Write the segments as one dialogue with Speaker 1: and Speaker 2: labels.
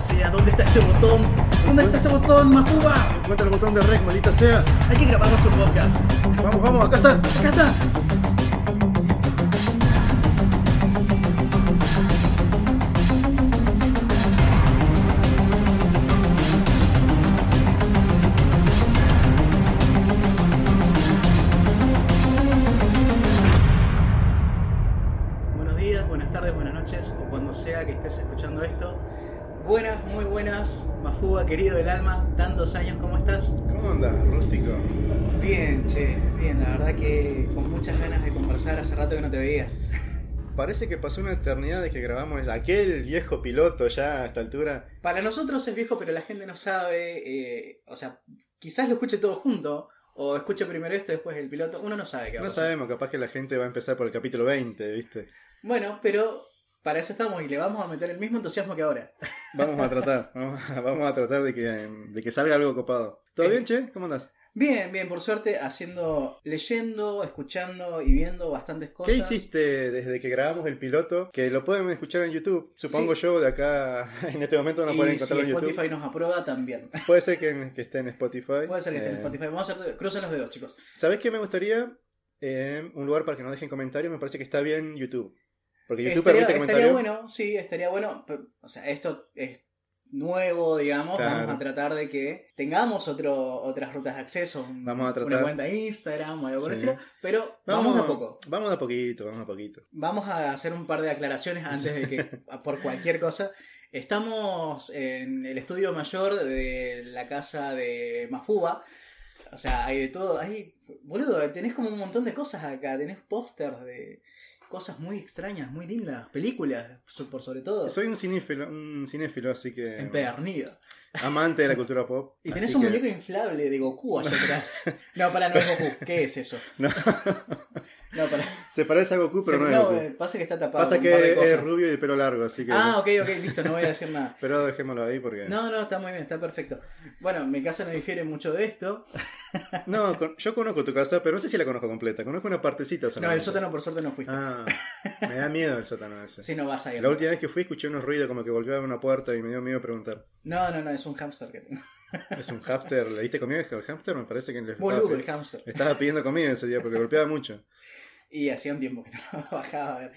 Speaker 1: sea, ¿dónde está ese botón? ¿Dónde está ese botón, Mafuba?
Speaker 2: Encuentra el botón de rec, maldita sea.
Speaker 1: Hay que grabar nuestro podcast.
Speaker 2: Vamos, vamos, acá está.
Speaker 1: Acá está. Buenos días, buenas tardes, buenas noches, o cuando sea que estés escuchando esto. Buenas, muy buenas, Mafuba, querido del alma, tantos años, ¿cómo estás?
Speaker 2: ¿Cómo andas, rústico?
Speaker 1: Bien, che, bien, la verdad que con muchas ganas de conversar, hace rato que no te veía.
Speaker 2: Parece que pasó una eternidad desde que grabamos aquel viejo piloto ya a esta altura.
Speaker 1: Para nosotros es viejo, pero la gente no sabe, eh, o sea, quizás lo escuche todo junto, o escuche primero esto, después el piloto, uno no sabe qué va a
Speaker 2: No
Speaker 1: pasar.
Speaker 2: sabemos, capaz que la gente va a empezar por el capítulo 20, ¿viste?
Speaker 1: Bueno, pero para eso estamos y le vamos a meter el mismo entusiasmo que ahora.
Speaker 2: Vamos a tratar, vamos a, vamos a tratar de que, de que salga algo copado. ¿Todo
Speaker 1: Eh.
Speaker 2: bien, che? ¿Cómo andas?
Speaker 1: Bien, bien, por suerte, haciendo, leyendo, escuchando y viendo bastantes cosas.
Speaker 2: ¿Qué hiciste desde que grabamos el piloto? Que lo pueden escuchar en YouTube. Supongo
Speaker 1: Sí.
Speaker 2: yo de acá, en este momento no
Speaker 1: y
Speaker 2: pueden
Speaker 1: si
Speaker 2: encontrarlo en YouTube.
Speaker 1: Spotify nos aprueba también.
Speaker 2: Puede ser que, que esté en Spotify.
Speaker 1: Puede ser que esté en
Speaker 2: Eh,
Speaker 1: Spotify. Vamos a hacer, crucen los dedos, chicos.
Speaker 2: ¿Sabés qué me gustaría? Eh, un lugar para que nos dejen comentarios. Me parece que está bien YouTube. Porque YouTube
Speaker 1: estaría,
Speaker 2: permite
Speaker 1: estaría
Speaker 2: comentarios.
Speaker 1: bueno, sí, estaría bueno. pero, o sea, esto es nuevo, digamos.
Speaker 2: Claro.
Speaker 1: Vamos a tratar de que tengamos otro, otras rutas de acceso. un-
Speaker 2: Vamos a tratar.
Speaker 1: Una cuenta de Instagram o algo por el
Speaker 2: Sí.
Speaker 1: estilo, Pero vamos, de a poco.
Speaker 2: Vamos de a poquito, vamos de a poquito.
Speaker 1: Vamos a hacer un par de aclaraciones antes de que, por cualquier cosa. Estamos en el estudio mayor de la casa de Mafuba. O sea, hay de todo. Hay, boludo, tenés como un montón de cosas acá. Tenés pósters de cosas muy extrañas, muy lindas. Películas, so- por sobre todo.
Speaker 2: Soy un cinéfilo, un cinéfilo, así que.
Speaker 1: Empedernido.
Speaker 2: Amante de la cultura pop.
Speaker 1: Y tenés
Speaker 2: así
Speaker 1: un
Speaker 2: que-
Speaker 1: muñeco inflable de Goku allá atrás. No, para, no es Goku. ¿Qué es eso?
Speaker 2: No,
Speaker 1: No, para.
Speaker 2: se parece a Goku,
Speaker 1: Se-
Speaker 2: pero no, es
Speaker 1: no,
Speaker 2: Goku.
Speaker 1: eh, pasa que está tapado.
Speaker 2: Pasa
Speaker 1: con un par de
Speaker 2: que es
Speaker 1: cosas.
Speaker 2: rubio y de pelo largo, así que.
Speaker 1: Ah, ok, ok, listo, no voy a decir nada.
Speaker 2: Pero dejémoslo ahí porque.
Speaker 1: No, no, está muy bien, está perfecto. Bueno, mi casa no difiere mucho de esto.
Speaker 2: No, con- yo conozco tu casa, pero no sé si la conozco completa. Conozco una partecita
Speaker 1: No, el
Speaker 2: solamente.
Speaker 1: sótano por suerte no fuiste.
Speaker 2: Ah, me da miedo el sótano ese.
Speaker 1: Si no vas a ir.
Speaker 2: La última vez que fui escuché unos ruidos como que golpeaban una puerta y me dio miedo preguntar.
Speaker 1: No, no, no, es un hamster que
Speaker 2: Ah,
Speaker 1: tengo.
Speaker 2: ¿Es un hamster? ¿Le diste comida al hamster? Me parece que le estaba,
Speaker 1: Boludo el
Speaker 2: pi-
Speaker 1: hamster.
Speaker 2: le estaba pidiendo comida ese día porque golpeaba mucho.
Speaker 1: Y hacía un tiempo que no bajaba a ver.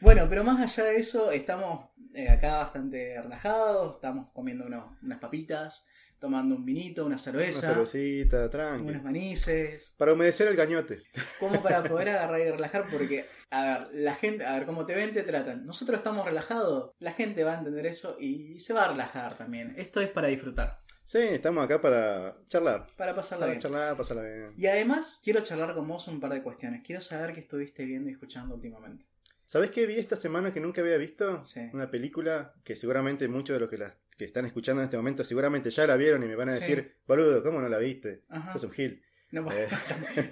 Speaker 1: Bueno, pero más allá de eso, estamos eh, acá bastante relajados, estamos comiendo unos- unas papitas, tomando un vinito, una
Speaker 2: Una
Speaker 1: cerveza,
Speaker 2: cervecita, tranqui.
Speaker 1: unos manices.
Speaker 2: Para humedecer el gañote.
Speaker 1: como para poder agarrar y relajar, porque, a ver, la gente, a ver, como te ven, te tratan. Nosotros estamos relajados, la gente va a entender eso y se va a relajar también. Esto es para disfrutar,
Speaker 2: Sí, estamos acá para charlar.
Speaker 1: para pasarla
Speaker 2: Para
Speaker 1: bien.
Speaker 2: charlar, pasarla bien.
Speaker 1: Y además, quiero charlar con vos un par de cuestiones. Quiero saber qué estuviste viendo y escuchando últimamente.
Speaker 2: ¿Sabés qué vi esta semana que nunca había visto?
Speaker 1: Sí.
Speaker 2: Una película que seguramente muchos de los que, las- que están escuchando en este momento seguramente ya la vieron y me van a
Speaker 1: Sí. Ah.
Speaker 2: decir, boludo, ¿cómo no la viste?
Speaker 1: Ajá.
Speaker 2: Sos un gil.
Speaker 1: No,
Speaker 2: Eh.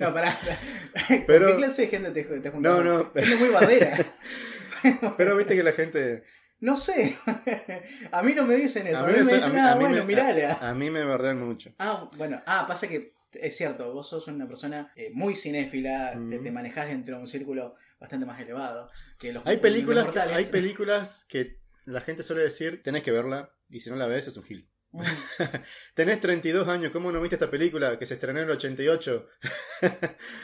Speaker 1: no, pará. o sea, ¿con
Speaker 2: Pero-
Speaker 1: ¿Qué clase de gente te, te juntás?
Speaker 2: No, no.
Speaker 1: Gente muy bardera.
Speaker 2: Pero viste que la gente...
Speaker 1: No sé. A mí no me dicen eso. A mí,
Speaker 2: me-
Speaker 1: me dicen,
Speaker 2: mí-
Speaker 1: ah,
Speaker 2: a mí
Speaker 1: bueno,
Speaker 2: me-
Speaker 1: mirala.
Speaker 2: a- a mí me bardean mucho.
Speaker 1: Ah, bueno, ah, pasa que es cierto, vos sos una persona eh, muy cinéfila, te,
Speaker 2: Mm.
Speaker 1: te manejás dentro de un círculo bastante más elevado que los
Speaker 2: Hay
Speaker 1: los
Speaker 2: películas, que,
Speaker 1: mortales.
Speaker 2: hay películas que la gente suele decir, tenés que verla, y si no la ves es un gil.
Speaker 1: Mm,
Speaker 2: Tenés 32 años, ¿cómo no viste esta película que se estrenó en el 88?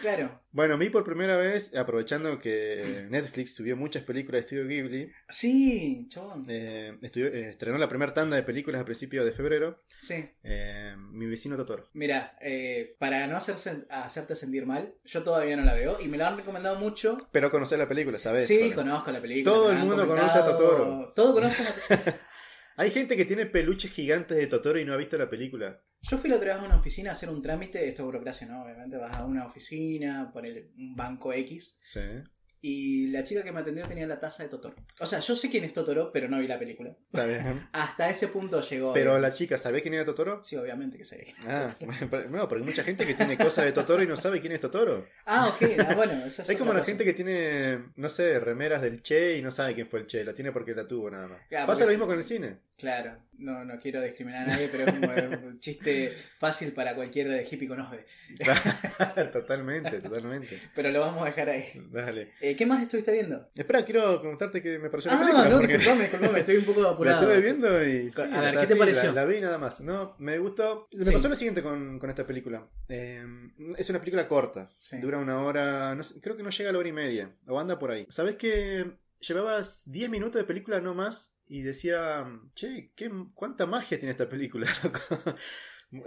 Speaker 1: claro.
Speaker 2: Bueno, vi por primera vez, aprovechando que eh, Netflix subió muchas películas de Estudio Ghibli,
Speaker 1: Sí, chabón.
Speaker 2: eh, estudió- eh, estrenó la primera tanda de películas a principios de febrero,
Speaker 1: Sí.
Speaker 2: eh, Mi vecino Totoro.
Speaker 1: Mira, eh, para no hacerse, hacerte sentir mal, yo todavía no la veo y me la han recomendado mucho.
Speaker 2: Pero conocés la película, ¿sabés?
Speaker 1: Sí,
Speaker 2: Bueno,
Speaker 1: conozco la película.
Speaker 2: Todo
Speaker 1: me
Speaker 2: el
Speaker 1: la han
Speaker 2: mundo conoce a
Speaker 1: comentado.
Speaker 2: Totoro.
Speaker 1: Todo conoce a Totoro.
Speaker 2: Hay gente que tiene peluches gigantes de Totoro y no ha visto la película.
Speaker 1: Yo fui la otra vez a una oficina a hacer un trámite, esto es burocracia, ¿no? Obviamente vas a una oficina, por el, un banco X,
Speaker 2: Sí.
Speaker 1: Y la chica que me atendió tenía la taza de Totoro. O sea, yo sé quién es Totoro, pero no vi la película.
Speaker 2: Está bien.
Speaker 1: Hasta ese punto llegó.
Speaker 2: Pero
Speaker 1: eh.
Speaker 2: la chica, ¿sabés quién era Totoro?
Speaker 1: Sí, obviamente que sé.
Speaker 2: Ah, no, porque hay mucha gente que tiene cosas de Totoro y no sabe quién es Totoro.
Speaker 1: Ah, ok. ah, bueno, eso es
Speaker 2: Es como
Speaker 1: otra
Speaker 2: la
Speaker 1: cosa.
Speaker 2: gente que tiene, no sé, remeras del Che y no sabe quién fue el Che, la tiene porque la tuvo nada más.
Speaker 1: Claro, porque
Speaker 2: Pasa lo
Speaker 1: sí.
Speaker 2: mismo con el cine.
Speaker 1: Claro, no, no quiero discriminar a nadie, pero es como un chiste fácil para cualquiera de hippie conozco.
Speaker 2: totalmente, totalmente.
Speaker 1: Pero lo vamos a dejar ahí.
Speaker 2: Dale.
Speaker 1: Eh, Eh, ¿Qué más estuviste viendo?
Speaker 2: Espera, quiero comentarte que me pareció
Speaker 1: Ah,
Speaker 2: una película.
Speaker 1: no,
Speaker 2: porque
Speaker 1: disculpame, disculpame, estoy un poco
Speaker 2: La
Speaker 1: apurado.
Speaker 2: estuve viendo y.
Speaker 1: A ver, ¿qué te
Speaker 2: sí, la-
Speaker 1: pareció?
Speaker 2: La, vi nada más. No, me gustó. Me
Speaker 1: Sí.
Speaker 2: pasó lo siguiente con, con esta película. Eh, es una película corta.
Speaker 1: Sí.
Speaker 2: Dura una hora. no sé, creo que no llega a la hora y media. O anda por ahí. ¿Sabes que llevabas 10 minutos de película no más? Y decía, che, ¿qué, ¿cuánta magia tiene esta película? loco?"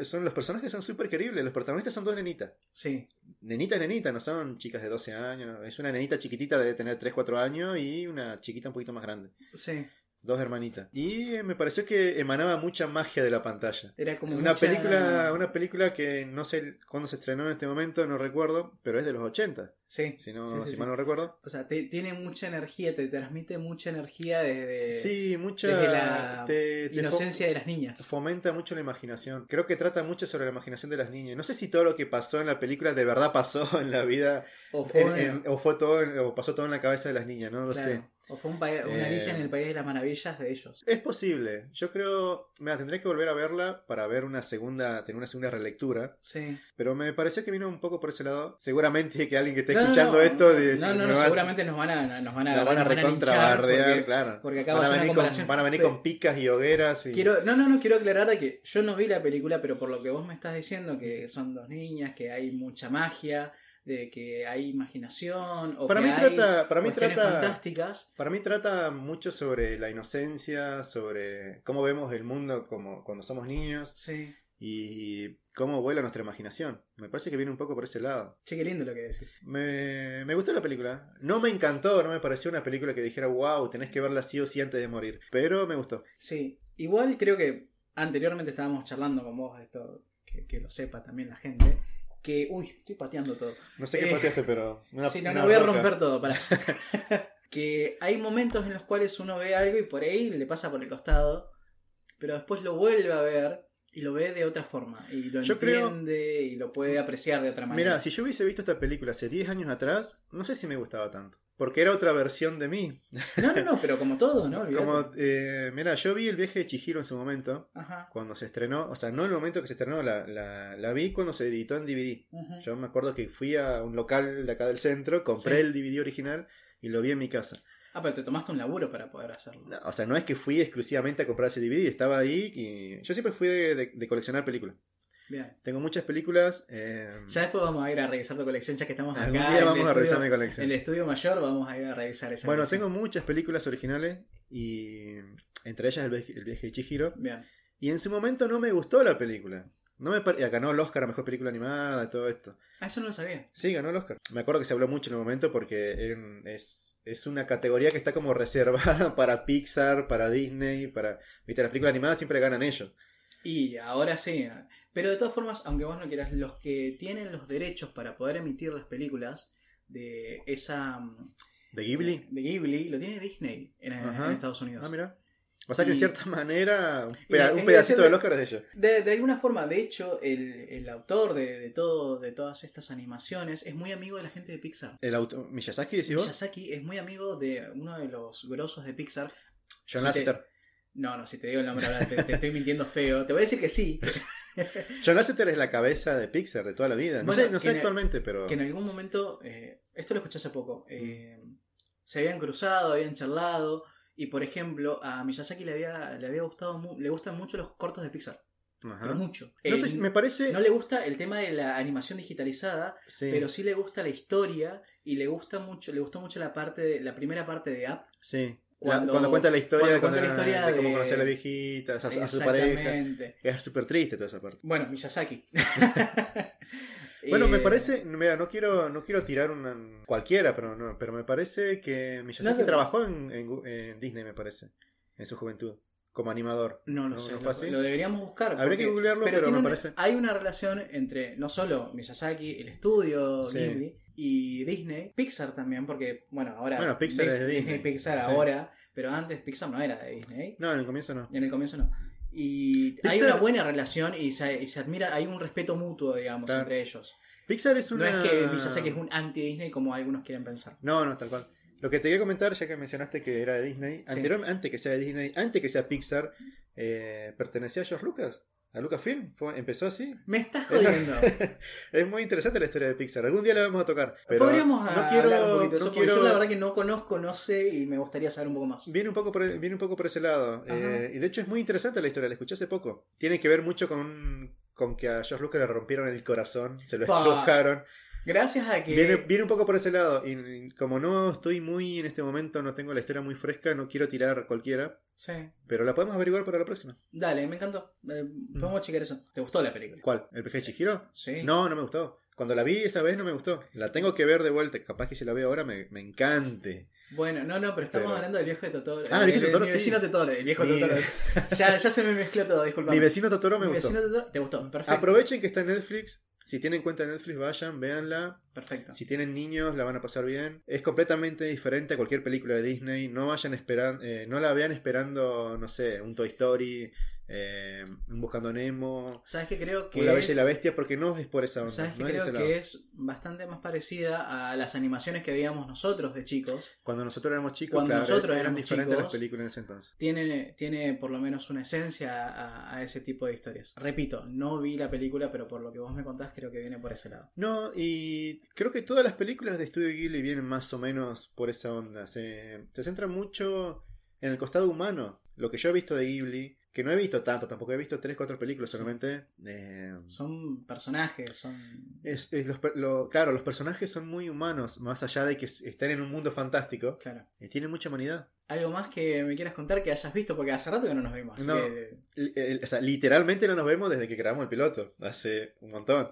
Speaker 2: son Los personajes son súper queribles. Los protagonistas son dos nenitas.
Speaker 1: Sí,
Speaker 2: Nenita, nenita, no son chicas de 12 años. Es una nenita chiquitita, debe tener 3, 4 años. Y una chiquita un poquito más grande.
Speaker 1: sí.
Speaker 2: Dos hermanitas. Y eh, me pareció que emanaba mucha magia de la pantalla.
Speaker 1: Era como
Speaker 2: Una
Speaker 1: mucha-
Speaker 2: película, una película que no sé cuándo se estrenó en este momento, no recuerdo, pero es de los 80,
Speaker 1: Sí.
Speaker 2: si, no,
Speaker 1: Sí, sí,
Speaker 2: si
Speaker 1: sí.
Speaker 2: mal no recuerdo.
Speaker 1: O sea, te- tiene mucha energía, te transmite mucha energía desde
Speaker 2: sí, mucha
Speaker 1: Eh, desde la
Speaker 2: te- te
Speaker 1: inocencia de las
Speaker 2: fo-
Speaker 1: niñas.
Speaker 2: fomenta mucho la imaginación. Creo que trata mucho sobre la imaginación de las niñas. No sé si todo lo que pasó en la película de verdad pasó en la vida
Speaker 1: O fue,
Speaker 2: en- en- o fue todo en- o pasó todo en la cabeza de las niñas, no lo
Speaker 1: claro,
Speaker 2: sé.
Speaker 1: o fue un pa- una
Speaker 2: Eh,
Speaker 1: Alicia en el País de las Maravillas de ellos.
Speaker 2: Es posible. Yo creo, mira, tendré que volver a verla para ver una segunda, tener una segunda relectura.
Speaker 1: Sí.
Speaker 2: Pero me pareció que vino un poco por ese lado. Seguramente que alguien que esté
Speaker 1: No, no,
Speaker 2: escuchando
Speaker 1: no,
Speaker 2: esto.
Speaker 1: No,
Speaker 2: dice,
Speaker 1: no, no,
Speaker 2: me va-
Speaker 1: seguramente nos van a, nos van a,
Speaker 2: la van a
Speaker 1: nos linchar
Speaker 2: recontrabardear,
Speaker 1: porque-
Speaker 2: claro.
Speaker 1: porque acá va a
Speaker 2: Van a,
Speaker 1: ser una
Speaker 2: venir
Speaker 1: comparación.
Speaker 2: con, van a venir
Speaker 1: Pero-
Speaker 2: con picas y hogueras. Y...
Speaker 1: Quiero, no, no, no, quiero aclarar de que yo no vi la película, pero por lo que vos me estás diciendo, que son dos niñas, que hay mucha magia, de que hay imaginación, o
Speaker 2: Para
Speaker 1: que
Speaker 2: mí,
Speaker 1: hay
Speaker 2: trata, para, mí
Speaker 1: cuestiones
Speaker 2: trata,
Speaker 1: fantásticas.
Speaker 2: para mí trata mucho sobre la inocencia, sobre cómo vemos el mundo como, cuando somos niños
Speaker 1: Sí.
Speaker 2: y cómo vuela nuestra imaginación. Me parece que viene un poco por ese lado.
Speaker 1: Che, qué lindo lo que decís.
Speaker 2: Me, me gustó la película. No me encantó, no me pareció una película que dijera, wow, tenés que verla sí o sí antes de morir. Pero me gustó.
Speaker 1: Sí, igual creo que anteriormente estábamos charlando con vos, esto que, que lo sepa también la gente, que, uy, estoy pateando todo.
Speaker 2: No sé qué
Speaker 1: Eh,
Speaker 2: pateaste, pero. una-
Speaker 1: si no,
Speaker 2: una
Speaker 1: no voy a
Speaker 2: roca.
Speaker 1: romper todo, para. que hay momentos en los cuales uno ve algo y por ahí le pasa por el costado, pero después lo vuelve a ver y lo ve de otra forma, y lo
Speaker 2: Yo creo-
Speaker 1: entiende y lo puede apreciar de otra manera.
Speaker 2: Mira, si yo hubiese visto esta película hace 10 años atrás, no sé si me gustaba tanto. Porque era otra versión de mí.
Speaker 1: No, no, no, pero como todo, ¿no? Olvídate.
Speaker 2: Como, eh, mira, yo vi el viaje de Chihiro en su momento,
Speaker 1: Ajá.
Speaker 2: cuando se estrenó. O sea, no el momento que se estrenó, la, la, la vi cuando se editó en DVD.
Speaker 1: ujú.
Speaker 2: Yo me acuerdo que fui a un local de acá del centro, compré
Speaker 1: Sí.
Speaker 2: el DVD original y lo vi en mi casa.
Speaker 1: Ah, pero te tomaste un laburo para poder hacerlo.
Speaker 2: No, O sea, no es que fui exclusivamente a comprar ese DVD, estaba ahí y yo siempre fui de, de- de coleccionar películas.
Speaker 1: Bien.
Speaker 2: Tengo muchas películas. eh,
Speaker 1: Ya después vamos a ir a revisar tu colección, ya que estamos acá.
Speaker 2: algún
Speaker 1: en
Speaker 2: día
Speaker 1: el
Speaker 2: vamos a
Speaker 1: estudio.
Speaker 2: revisar mi colección.
Speaker 1: En el estudio mayor vamos a ir a revisar esa.
Speaker 2: Bueno,
Speaker 1: colección.
Speaker 2: tengo muchas películas originales y entre ellas el viaje, el viaje de Chihiro.
Speaker 1: Bien.
Speaker 2: Y en su momento no me gustó la película. No me pare- ganó el Oscar a Mejor Película Animada y todo esto.
Speaker 1: Ah, eso no lo sabía.
Speaker 2: Sí, ganó el Oscar. Me acuerdo que se habló mucho en el momento porque en- es, es una categoría que está como reservada para Pixar, para Disney, para... Viste, las películas animadas siempre ganan ellos.
Speaker 1: Y ahora sí. Pero de todas formas, aunque vos no quieras, los que tienen los derechos para poder emitir las películas de esa. mm,
Speaker 2: De Ghibli.
Speaker 1: De Ghibli, lo tiene Disney en, en
Speaker 2: Ajá.
Speaker 1: Estados Unidos.
Speaker 2: Ah, mira. O sea que
Speaker 1: Y-
Speaker 2: en cierta manera un,
Speaker 1: Y
Speaker 2: peda-
Speaker 1: es-
Speaker 2: un
Speaker 1: es
Speaker 2: pedacito
Speaker 1: decirle-
Speaker 2: del Oscar es de ellos.
Speaker 1: De, de alguna forma, de hecho, el, el autor de, de todo, de todas estas animaciones es muy amigo de la gente de Pixar.
Speaker 2: El auto... Miyazaki, decís vos.
Speaker 1: Miyazaki es muy amigo de uno de los grosos de Pixar.
Speaker 2: John
Speaker 1: Sí,
Speaker 2: Lasseter.
Speaker 1: No, no, si te digo el nombre ahora te- te estoy mintiendo feo. Te voy a decir que sí,
Speaker 2: John Lasseter es la cabeza de Pixar de toda la vida. No
Speaker 1: Bueno,
Speaker 2: sé, no sé
Speaker 1: que en-
Speaker 2: actualmente, pero.
Speaker 1: que en algún momento, eh, esto lo escuché hace poco,
Speaker 2: Mm.
Speaker 1: eh, se habían cruzado, habían charlado, y por ejemplo, a Miyazaki le había, le había gustado, mu- le gustan mucho los cortos de Pixar,
Speaker 2: Ajá.
Speaker 1: pero
Speaker 2: Ah. No
Speaker 1: mucho. Eh,
Speaker 2: estoy- me parece.
Speaker 1: no le gusta el tema de la animación digitalizada,
Speaker 2: sí,
Speaker 1: pero sí le gusta la historia y le gusta mucho, le gustó mucho la parte, de- la primera parte de App.
Speaker 2: sí. La- Cuando,
Speaker 1: cuando-
Speaker 2: cuenta la historia,
Speaker 1: cuando
Speaker 2: de cuando
Speaker 1: cuenta la
Speaker 2: era-
Speaker 1: historia
Speaker 2: de cómo
Speaker 1: de-
Speaker 2: conocer a la viejita, a su- a, su pareja. Es súper triste toda esa parte.
Speaker 1: Bueno, Miyazaki.
Speaker 2: Bueno, me
Speaker 1: Eh,
Speaker 2: parece, mira, no quiero, no quiero tirar una cualquiera, pero no, pero me parece que Miyazaki
Speaker 1: No, no.
Speaker 2: trabajó en, en Gu- en Disney, me parece, en su juventud, como animador.
Speaker 1: No lo
Speaker 2: No,
Speaker 1: sé,
Speaker 2: no
Speaker 1: lo-
Speaker 2: fue así.
Speaker 1: lo, deberíamos buscar.
Speaker 2: Habría
Speaker 1: porque-
Speaker 2: que googlearlo, pero,
Speaker 1: tiene
Speaker 2: me
Speaker 1: una-
Speaker 2: parece.
Speaker 1: hay una relación entre no solo Miyazaki, el estudio
Speaker 2: Sí.
Speaker 1: Ghibli y Disney, Pixar también, porque bueno, ahora
Speaker 2: Bueno, Pixar es de Disney,
Speaker 1: Pixar
Speaker 2: sí.
Speaker 1: ahora, pero antes Pixar no era de Disney,
Speaker 2: No, en el comienzo no.
Speaker 1: en el comienzo no. Y hay
Speaker 2: Pixar-
Speaker 1: una buena relación y se, y se admira, hay un respeto mutuo, digamos,
Speaker 2: Claro.
Speaker 1: entre ellos.
Speaker 2: Pixar es una.
Speaker 1: No es que Miyazaki es un anti-Disney como algunos quieren pensar.
Speaker 2: No, no, tal cual. Lo que te quería comentar, ya que mencionaste que era de Disney,
Speaker 1: Sí.
Speaker 2: anterior- antes que sea de Disney, antes que sea Pixar, eh, pertenecía a George Lucas. a Lucasfilm. Fue- empezó así.
Speaker 1: Me estás jodiendo.
Speaker 2: Es muy interesante la historia de Pixar. Algún día la vamos a tocar. Pero
Speaker 1: Podríamos
Speaker 2: no quiero,
Speaker 1: hablar un poquito de
Speaker 2: no
Speaker 1: eso, porque
Speaker 2: quiero-
Speaker 1: yo la verdad que no conozco, no sé, y me gustaría saber un poco más.
Speaker 2: Viene un poco por, e, viene un poco por ese lado.
Speaker 1: Ajá.
Speaker 2: Eh, y de hecho es muy interesante la historia, la escuché hace poco. Tiene que ver mucho con, con que a George Lucas le rompieron el corazón, se lo
Speaker 1: Pa.
Speaker 2: estrujaron.
Speaker 1: Gracias a que...
Speaker 2: Viene, viene un poco por ese lado. Y como no estoy muy en este momento, no tengo la historia muy fresca, no quiero tirar cualquiera.
Speaker 1: Sí.
Speaker 2: Pero la podemos averiguar para la próxima.
Speaker 1: Dale, me encantó. Eh, podemos checar eso. ¿Te gustó la película?
Speaker 2: ¿Cuál? ¿El viaje de Chihiro?
Speaker 1: Sí.
Speaker 2: Mm. No, no me gustó. Cuando la vi esa vez no me gustó. La tengo que ver de vuelta. Capaz que si la veo ahora me, me encante.
Speaker 1: Bueno, no, no, pero estamos
Speaker 2: Pero-
Speaker 1: hablando del viejo de Totoro.
Speaker 2: Ah, el viejo
Speaker 1: de
Speaker 2: de Totoro,
Speaker 1: Mi
Speaker 2: sí.
Speaker 1: vecino Totoro, el viejo
Speaker 2: Mi-
Speaker 1: Totoro. Ya, ya se me mezcló todo, disculpa.
Speaker 2: Mi vecino Totoro me
Speaker 1: Mi
Speaker 2: gustó.
Speaker 1: vecino Totoro, te gustó, perfecto.
Speaker 2: Aprovechen que está en Netflix. Si tienen cuenta de Netflix, vayan, véanla.
Speaker 1: Perfecto.
Speaker 2: Si tienen niños, la van a pasar bien. Es completamente diferente a cualquier película de Disney. No vayan esperando, no la vean esperando, no sé, un Toy Story, eh, un Buscando Nemo,
Speaker 1: ¿Sabes qué creo que
Speaker 2: un La Bella y
Speaker 1: es-
Speaker 2: la Bestia, porque no es por esa onda.
Speaker 1: ¿Sabes qué
Speaker 2: no es de
Speaker 1: creo
Speaker 2: ese
Speaker 1: que
Speaker 2: lado.
Speaker 1: es bastante más parecida a las animaciones que veíamos nosotros de chicos?
Speaker 2: Cuando nosotros éramos chicos,
Speaker 1: Cuando
Speaker 2: claro,
Speaker 1: nosotros
Speaker 2: eran
Speaker 1: éramos
Speaker 2: diferentes
Speaker 1: chicos,
Speaker 2: las películas en ese entonces.
Speaker 1: Tiene, tiene por lo menos una esencia a, a ese tipo de historias. Repito, no vi la película, pero por lo que vos me contás, creo que viene por ese lado.
Speaker 2: No, y creo que todas las películas de Studio Ghibli vienen más o menos por esa onda. Se, se centra mucho en el costado humano. Lo que yo he visto de Ghibli, que no he visto tanto, tampoco he visto 3, 4 películas solamente. eh,
Speaker 1: Son personajes, son.
Speaker 2: es- es los per- lo- claro, los personajes son muy humanos, más allá de que s- estén en un mundo fantástico.
Speaker 1: Claro.
Speaker 2: Eh, tienen mucha humanidad.
Speaker 1: ¿Algo más que me quieras contar que hayas visto? Porque hace rato que no nos vimos. así
Speaker 2: No.
Speaker 1: que-
Speaker 2: L- el- o sea, literalmente no nos vemos desde que grabamos el piloto, hace un montón.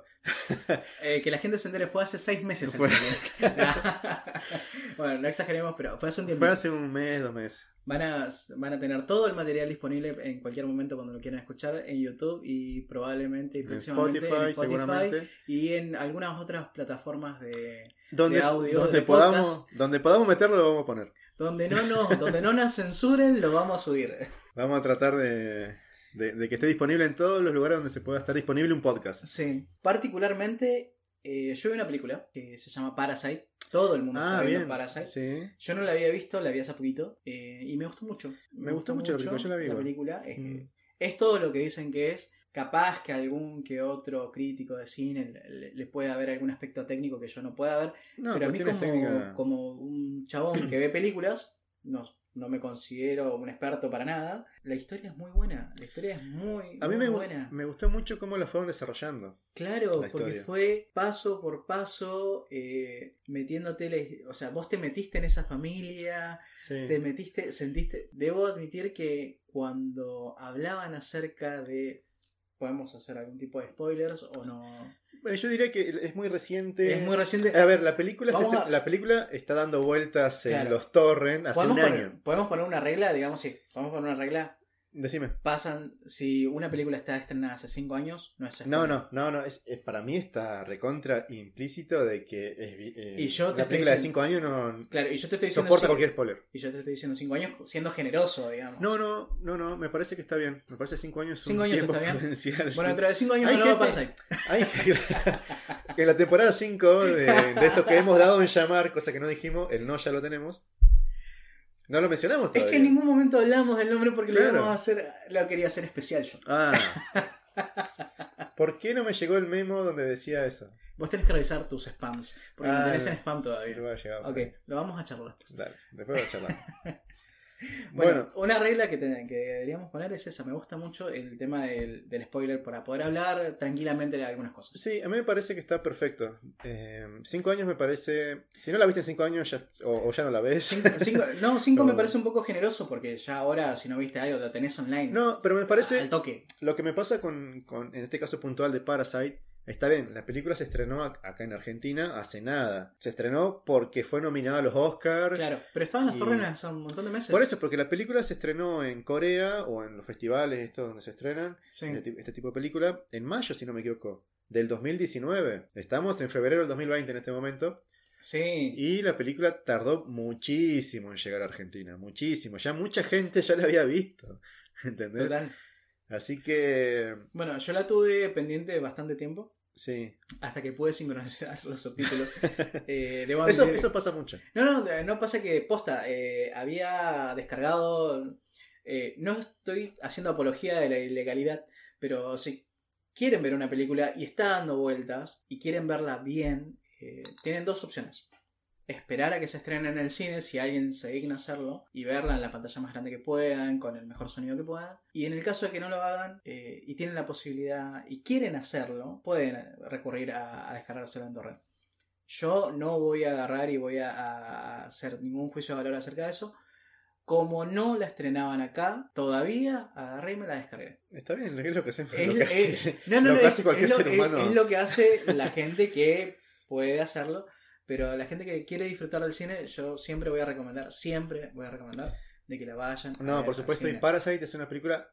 Speaker 1: Eh, que la gente se entere fue hace seis meses. en
Speaker 2: Fue-
Speaker 1: realidad. bueno, no exageremos, pero fue hace un tiempo.
Speaker 2: Fue hace un mes, dos meses.
Speaker 1: Van a, van a tener todo el material disponible en cualquier momento cuando lo quieran escuchar en YouTube y probablemente y
Speaker 2: En
Speaker 1: próximamente
Speaker 2: Spotify,
Speaker 1: en Spotify
Speaker 2: seguramente.
Speaker 1: y en algunas otras plataformas de
Speaker 2: Donde,
Speaker 1: de audio,
Speaker 2: donde
Speaker 1: de
Speaker 2: podamos, donde podamos meterlo lo vamos a poner.
Speaker 1: donde no nos, donde no nos censuren, lo vamos a subir.
Speaker 2: Vamos a tratar de, de- de que esté disponible en todos los lugares donde se pueda estar disponible un podcast.
Speaker 1: Sí. Particularmente, eh, yo vi una película que se llama Parasite. Todo el mundo
Speaker 2: Ah,
Speaker 1: está viendo
Speaker 2: bien.
Speaker 1: Parasite.
Speaker 2: Sí.
Speaker 1: Yo no la había visto, la vi hace poquito eh, y me gustó mucho.
Speaker 2: Me gustó mucho la película, yo la vi igual.
Speaker 1: película es,
Speaker 2: Mm.
Speaker 1: es todo lo que dicen que es. Capaz que algún que otro crítico de cine le, le pueda ver algún aspecto técnico que yo no pueda ver.
Speaker 2: No,
Speaker 1: pero a mí
Speaker 2: cuestiones técnicas.
Speaker 1: como, como un chabón que ve películas, no, no me considero un experto para nada. La historia es muy buena, la historia es muy,
Speaker 2: A mí
Speaker 1: muy
Speaker 2: me, gu-
Speaker 1: buena.
Speaker 2: me gustó mucho cómo la fueron desarrollando.
Speaker 1: Claro,
Speaker 2: la
Speaker 1: porque
Speaker 2: historia.
Speaker 1: fue paso por paso, eh, metiéndote, la- o sea, vos te metiste en esa familia,
Speaker 2: Sí.
Speaker 1: te metiste, sentiste. Debo admitir que cuando hablaban acerca de. ¿Podemos hacer algún tipo de spoilers o no?
Speaker 2: Eh, Yo diría que es muy reciente.
Speaker 1: es muy reciente.
Speaker 2: A ver, la película, se
Speaker 1: Vamos
Speaker 2: estre-
Speaker 1: a-
Speaker 2: la película está dando vueltas en
Speaker 1: Claro.
Speaker 2: los torrents hace un
Speaker 1: ¿Podemos poner,
Speaker 2: año.
Speaker 1: podemos poner una regla, digamos, sí. Podemos poner una regla.
Speaker 2: Decime.
Speaker 1: Pasan. Si una película está estrenada hace 5 años, no es spoiler.
Speaker 2: No, no, no, no. Es, es- para mí está recontra implícito de que es, vi- eh,
Speaker 1: Y yo te
Speaker 2: la
Speaker 1: estoy
Speaker 2: película de
Speaker 1: diciendo-
Speaker 2: 5 años no
Speaker 1: Claro, y yo te estoy diciendo.
Speaker 2: soporta
Speaker 1: cinco-
Speaker 2: cualquier spoiler.
Speaker 1: Y yo te estoy diciendo 5 años siendo generoso, digamos.
Speaker 2: No, no, no, no, me parece que está bien. Me parece 5 años es
Speaker 1: Cinco
Speaker 2: un
Speaker 1: años
Speaker 2: tiempo
Speaker 1: está bien.
Speaker 2: prudencial,
Speaker 1: Bueno,
Speaker 2: sí.
Speaker 1: dentro de 5 años
Speaker 2: Hay
Speaker 1: no lo va a
Speaker 2: gente-
Speaker 1: pasar.
Speaker 2: Ay, en la temporada 5 de, de esto que hemos dado en llamar, cosa que no dijimos, el no ya lo tenemos. No lo mencionamos
Speaker 1: Es
Speaker 2: todavía.
Speaker 1: que en ningún momento hablamos del nombre porque lo
Speaker 2: Claro.
Speaker 1: íbamos a hacer. Lo quería hacer especial yo.
Speaker 2: Ah. ¿Por qué no me llegó el memo donde decía eso?
Speaker 1: Vos tenés que revisar tus spams. Porque
Speaker 2: Ah,
Speaker 1: no tenés
Speaker 2: no.
Speaker 1: en spam todavía.
Speaker 2: No me ha llegado.
Speaker 1: Ok, lo vamos a charlar.
Speaker 2: pues, Dale, después lo charlamos.
Speaker 1: Bueno,
Speaker 2: bueno,
Speaker 1: una regla que, te- que deberíamos poner es esa. Me gusta mucho el tema del, del spoiler para poder hablar tranquilamente de algunas cosas.
Speaker 2: sí, a mí me parece que está perfecto. 5 años me parece. Si no la viste en 5 años ya, o, o ya no la ves.
Speaker 1: Cinco- cinco- no, 5 me
Speaker 2: No.
Speaker 1: parece un poco generoso porque ya ahora, si no viste algo, lo tenés online.
Speaker 2: No, pero me
Speaker 1: Al
Speaker 2: parece.
Speaker 1: toque.
Speaker 2: Lo que me pasa con, con- en este caso puntual de Parasite, está bien, la película se estrenó ac- acá en Argentina hace nada. Se estrenó porque fue nominada a los Oscars.
Speaker 1: Claro, pero estaban las
Speaker 2: Y-
Speaker 1: torrenas hace un montón de meses.
Speaker 2: Por eso, porque la película se estrenó en Corea o en los festivales estos donde se estrenan
Speaker 1: Sí.
Speaker 2: este, ti- este tipo de película en mayo, si no me equivoco, del 2019. Estamos en febrero del 2020 en este momento
Speaker 1: Sí.
Speaker 2: y la película tardó muchísimo en llegar a Argentina, muchísimo. Ya mucha gente ya la había visto, ¿entendés?
Speaker 1: Total.
Speaker 2: Así que,
Speaker 1: Bueno, yo la tuve pendiente bastante tiempo
Speaker 2: sí.
Speaker 1: hasta que pude sincronizar los subtítulos. Eh, debo
Speaker 2: Eso,
Speaker 1: admitir-
Speaker 2: eso pasa mucho.
Speaker 1: No, no, de- no pasa que posta. eh, había descargado. eh, no estoy haciendo apología de la ilegalidad, Pero si quieren ver una película y está dando vueltas y quieren verla bien, eh, tienen dos opciones. Esperar a que se estrene en el cine si alguien se digna hacerlo y verla en la pantalla más grande que puedan, con el mejor sonido que puedan. Y en el caso de que no lo hagan eh, y tienen la posibilidad y quieren hacerlo, pueden eh, recurrir a, a descargársela en torrent. Yo no voy a agarrar y voy a, a hacer ningún juicio de valor acerca de eso. Como no la estrenaban acá, todavía agarré y me la descargué.
Speaker 2: Está bien, es lo que hacemos.
Speaker 1: Es-
Speaker 2: lo que
Speaker 1: es-
Speaker 2: hace,
Speaker 1: no, no,
Speaker 2: lo
Speaker 1: no,
Speaker 2: que
Speaker 1: es,
Speaker 2: hace cualquier
Speaker 1: es lo,
Speaker 2: ser
Speaker 1: es-
Speaker 2: humano.
Speaker 1: es lo que hace la gente que puede hacerlo, pero la gente que quiere disfrutar del cine, yo siempre voy a recomendar, siempre voy a recomendar de que la vayan. a
Speaker 2: No,
Speaker 1: ver
Speaker 2: por
Speaker 1: al
Speaker 2: supuesto, y
Speaker 1: cine.
Speaker 2: Parasite es una película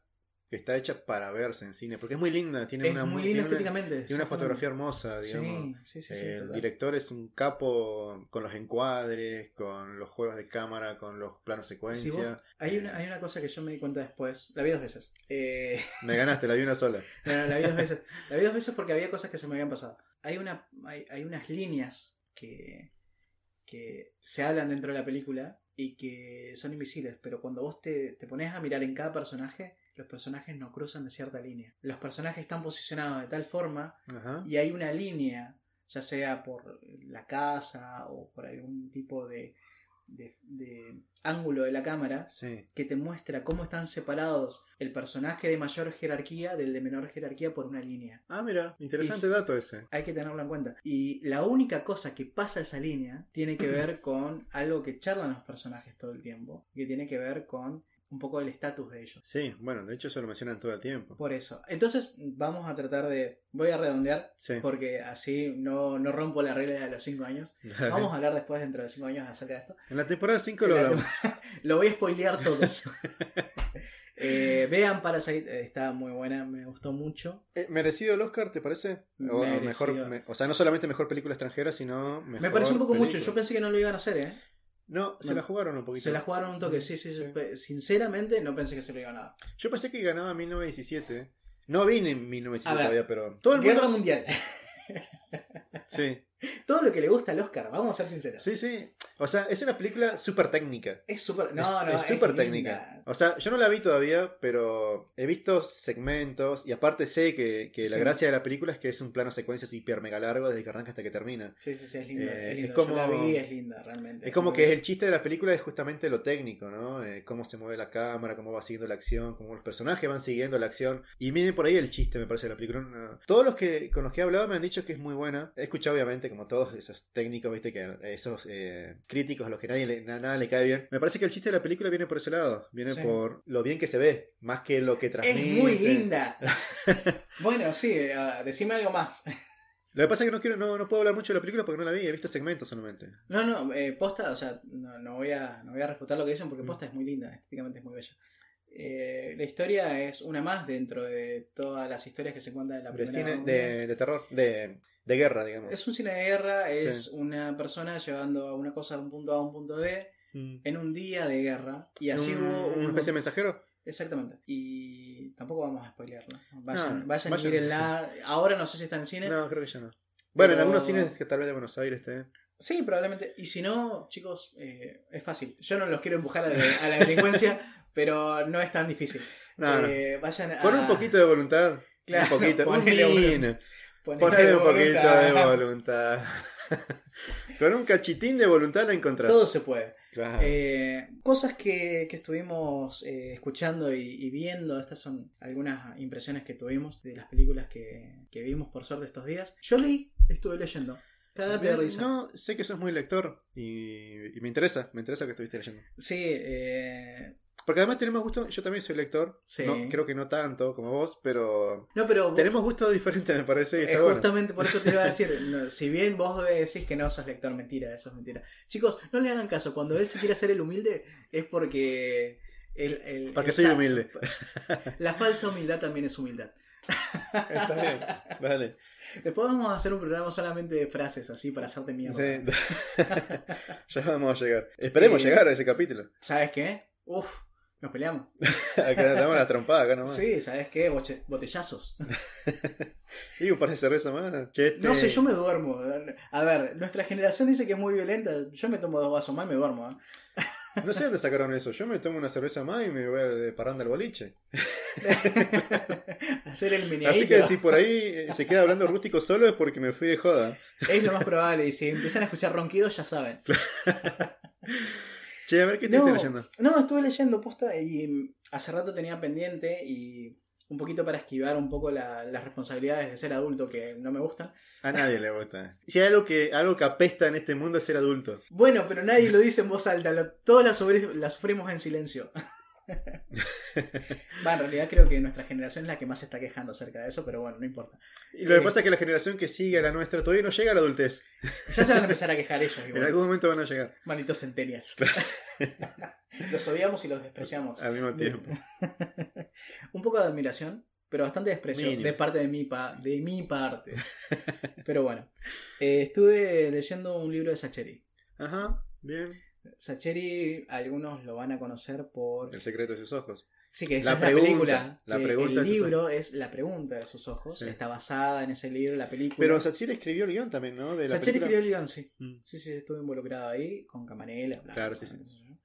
Speaker 2: que está hecha para verse en cine, porque es muy linda, tiene
Speaker 1: es
Speaker 2: una
Speaker 1: muy
Speaker 2: tiene
Speaker 1: linda
Speaker 2: una-
Speaker 1: estéticamente.
Speaker 2: tiene
Speaker 1: sí,
Speaker 2: una fotografía hermosa, digamos.
Speaker 1: Sí, sí, sí. sí,
Speaker 2: Eh, el
Speaker 1: total.
Speaker 2: director es un capo con los encuadres, con los juegos de cámara, con los planos
Speaker 1: Si
Speaker 2: secuencia.
Speaker 1: vos- hay,
Speaker 2: Eh,
Speaker 1: una, hay una cosa que yo me di cuenta después, la vi dos veces. Eh,
Speaker 2: Me ganaste, la vi una sola.
Speaker 1: No, no, la vi dos veces. La vi dos veces porque había cosas que se me habían pasado. Hay, una, hay, hay unas líneas que, que se hablan dentro de la película y que son invisibles, pero cuando vos te, te pones a mirar en cada personaje, los personajes no cruzan de cierta línea. Los personajes están posicionados de tal forma
Speaker 2: Ajá.
Speaker 1: y hay una línea, ya sea por la casa o por algún tipo de, de- de ángulo de la cámara,
Speaker 2: Sí.
Speaker 1: que te muestra cómo están separados el personaje de mayor jerarquía del de menor jerarquía por una línea.
Speaker 2: Ah, mira, interesante
Speaker 1: Y-
Speaker 2: dato ese.
Speaker 1: Hay que tenerlo en cuenta. Y la única cosa que pasa esa línea tiene que ver con algo que charlan los personajes todo el tiempo, que tiene que ver con un poco el estatus de ellos.
Speaker 2: Sí, bueno, de hecho eso lo mencionan todo el tiempo.
Speaker 1: Por eso. Entonces vamos a tratar de... Voy a redondear
Speaker 2: Sí.
Speaker 1: porque así no, no rompo la regla de los 5 años.
Speaker 2: Dale.
Speaker 1: Vamos a hablar después dentro de 5 años acerca de esto.
Speaker 2: En la temporada 5 lo
Speaker 1: En la
Speaker 2: hablamos.
Speaker 1: Lo voy a spoilear todo. Eh, vean Parasite, eh, está muy buena, me gustó mucho.
Speaker 2: Eh, ¿Merecido el Oscar, te parece? O,
Speaker 1: Merecido.
Speaker 2: mejor, me- o sea, no solamente mejor película extranjera, sino mejor
Speaker 1: me pareció un poco mucho, yo
Speaker 2: película.
Speaker 1: pensé que no lo iban a hacer, ¿eh?
Speaker 2: No, se
Speaker 1: No.
Speaker 2: la jugaron un poquito.
Speaker 1: Se la jugaron un toque, sí, sí, sí. Sinceramente no pensé que se lo iban a dar.
Speaker 2: Yo pensé que ganaba 1917. No vine en
Speaker 1: A
Speaker 2: 1917
Speaker 1: ver.
Speaker 2: todavía, pero... Todo el
Speaker 1: Guerra
Speaker 2: mundo...
Speaker 1: Mundial.
Speaker 2: Sí,
Speaker 1: Todo lo que le gusta al Oscar, vamos a ser sinceros.
Speaker 2: sí, sí. O sea, es una película súper técnica.
Speaker 1: Es súper... No,
Speaker 2: es
Speaker 1: no,
Speaker 2: es súper
Speaker 1: linda.
Speaker 2: técnica. O sea, yo no la vi todavía, pero he visto segmentos y aparte sé que, que la
Speaker 1: Sí.
Speaker 2: gracia de la película es que es un plano secuencias hiper mega largo desde que arranca hasta que termina.
Speaker 1: Sí, sí, sí, es linda.
Speaker 2: Eh,
Speaker 1: es
Speaker 2: es
Speaker 1: linda.
Speaker 2: como-
Speaker 1: Yo la vi, es linda, realmente.
Speaker 2: Es como
Speaker 1: muy
Speaker 2: que
Speaker 1: linda.
Speaker 2: el chiste de la película es justamente lo técnico, ¿no? Eh, cómo se mueve la cámara, cómo va siguiendo la acción, cómo los personajes van siguiendo la acción. Y miren por ahí el chiste, me parece, de la película. No- Todos los que con los que he hablado me han dicho que es muy buena. He escuchado, obviamente, como todos esos técnicos, viste, que esos eh, críticos a los que nadie le- na- nada le cae bien. Me parece que el chiste de la película viene por ese lado. Viene
Speaker 1: Sí.
Speaker 2: por lo bien que se ve, más que lo que transmite.
Speaker 1: Es muy linda. bueno, sí, eh, decime algo más.
Speaker 2: Lo que pasa es que no, quiero, no, no puedo hablar mucho de la película porque no la vi, he visto segmentos solamente.
Speaker 1: No, no, eh, posta, o sea, no, no voy a, no voy a refutar lo que dicen porque
Speaker 2: Mm.
Speaker 1: posta es muy linda, estéticamente es muy bella. Eh, la historia es una más dentro de todas las historias que se cuentan de la
Speaker 2: De
Speaker 1: primera
Speaker 2: cine,
Speaker 1: Guerra Mundial.
Speaker 2: de, de terror, de, de guerra, digamos.
Speaker 1: Es un cine de guerra, es
Speaker 2: Sí.
Speaker 1: una persona llevando a una cosa de un punto A a un punto B
Speaker 2: Mm.
Speaker 1: en un día de guerra. Y así
Speaker 2: un-
Speaker 1: hubo un
Speaker 2: una Mm, especie de mensajero.
Speaker 1: Exactamente. Y tampoco vamos a spoilearlo. Vayan,
Speaker 2: No,
Speaker 1: vayan,
Speaker 2: vayan.
Speaker 1: y mírenla. Ahora no sé si está en cine.
Speaker 2: No, creo que ya no. Bueno, en
Speaker 1: Pero-
Speaker 2: algunos cines que tal vez de Buenos Aires ¿eh? esté.
Speaker 1: Sí, probablemente. Y si no, chicos, eh, es fácil. Yo no los quiero empujar a la, a la delincuencia, pero no es tan difícil.
Speaker 2: No, no.
Speaker 1: Eh, Vayan a...
Speaker 2: Pon un poquito de voluntad.
Speaker 1: Claro,
Speaker 2: un poquito. Un
Speaker 1: ponele un-
Speaker 2: min.
Speaker 1: ponele
Speaker 2: Ponle un poquito
Speaker 1: voluntad.
Speaker 2: de voluntad. Con un cachitín de voluntad la encontrás.
Speaker 1: Todo se puede.
Speaker 2: Claro.
Speaker 1: Eh, cosas que, que estuvimos eh, escuchando y, y viendo, estas son algunas impresiones que tuvimos de las películas que, que vimos por suerte estos días. Yo leí, estuve leyendo. Cagate de
Speaker 2: Bien,
Speaker 1: risa.
Speaker 2: No, sé que sos muy lector y, y me interesa, me interesa que estuviste leyendo.
Speaker 1: Sí, eh,
Speaker 2: Porque además tenemos gusto, yo también soy lector,
Speaker 1: Sí.
Speaker 2: no, creo que no tanto como vos, pero
Speaker 1: no, pero vos-
Speaker 2: tenemos gustos diferentes me parece y
Speaker 1: es
Speaker 2: está bueno.
Speaker 1: justamente por eso te iba a decir, no, si bien vos decís que no sos lector, mentira, eso es mentira. Chicos, no le hagan caso, cuando él se quiere hacer el humilde es porque... El, el-
Speaker 2: Porque
Speaker 1: el
Speaker 2: soy
Speaker 1: sa-
Speaker 2: humilde.
Speaker 1: La falsa humildad también es humildad.
Speaker 2: Está bien, vale.
Speaker 1: Después vamos a hacer un programa solamente de frases así para hacerte mierda.
Speaker 2: Sí. ya vamos a llegar. Esperemos
Speaker 1: Eh,
Speaker 2: llegar a ese capítulo.
Speaker 1: ¿Sabes qué? Uf, nos peleamos.
Speaker 2: Acá nos damos las trompadas acá nomás.
Speaker 1: Sí, ¿sabes qué? Boche- botellazos.
Speaker 2: Y un par de cervezas más. Che, este-
Speaker 1: No sé, yo me duermo. A ver, nuestra generación dice que es muy violenta. Yo me tomo dos vasos más y me duermo. ¿eh?
Speaker 2: no sé dónde sacaron eso. Yo me tomo una cerveza más y me voy de parranda al boliche.
Speaker 1: Hacer el mini
Speaker 2: Así que si por ahí eh, se queda hablando rústico solo es porque me fui de joda.
Speaker 1: Es lo más probable. Y si empiezan a escuchar ronquidos, ya saben.
Speaker 2: Che, a ver qué te
Speaker 1: No.
Speaker 2: estoy leyendo.
Speaker 1: No, estuve leyendo posta y hace rato tenía pendiente y un poquito para esquivar un poco la- las responsabilidades de ser adulto que no me gustan.
Speaker 2: A nadie le gusta. Si hay algo que, algo que apesta en este mundo es ser adulto.
Speaker 1: Bueno, pero nadie lo dice en voz alta, lo- todos la, sufri- la sufrimos en silencio. Va, en realidad creo que nuestra generación es la que más se está quejando acerca de eso, pero bueno, no importa.
Speaker 2: Y lo que
Speaker 1: Eh.
Speaker 2: pasa es que la generación que sigue a la nuestra todavía no llega a la adultez.
Speaker 1: Ya se van a empezar a quejar ellos,
Speaker 2: En
Speaker 1: igual.
Speaker 2: algún momento van a llegar
Speaker 1: Malditos centenias. los odiamos y los despreciamos.
Speaker 2: al mismo tiempo.
Speaker 1: un poco de admiración, pero bastante desprecio
Speaker 2: Mínimo.
Speaker 1: de parte de mi, pa- de mi parte. pero bueno, Eh, estuve leyendo un libro de Sacheri.
Speaker 2: Ajá, bien.
Speaker 1: Sacheri, algunos lo van a conocer por...
Speaker 2: El secreto de sus ojos.
Speaker 1: Sí, que esa
Speaker 2: La
Speaker 1: es
Speaker 2: pregunta,
Speaker 1: la película.
Speaker 2: la
Speaker 1: que
Speaker 2: pregunta de
Speaker 1: el
Speaker 2: sus
Speaker 1: libro es La pregunta de sus ojos.
Speaker 2: Sí.
Speaker 1: Está basada en ese libro, la película.
Speaker 2: Pero Satsir escribió el guión también, ¿no? De la
Speaker 1: Sacheri
Speaker 2: película.
Speaker 1: escribió el guión, sí.
Speaker 2: Mm.
Speaker 1: Sí, sí, estuve involucrado ahí con Camarela. bla,
Speaker 2: Claro,
Speaker 1: bla,
Speaker 2: sí,
Speaker 1: bla,
Speaker 2: sí.
Speaker 1: qué sé yo.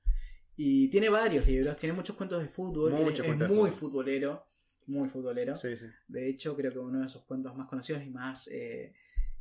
Speaker 1: Y tiene varios libros, tiene muchos cuentos de fútbol.
Speaker 2: Muchos
Speaker 1: es- es
Speaker 2: cuentos de
Speaker 1: muy
Speaker 2: fútbol.
Speaker 1: futbolero. Muy futbolero.
Speaker 2: Sí, sí.
Speaker 1: De hecho, creo que uno de sus cuentos más conocidos y más eh,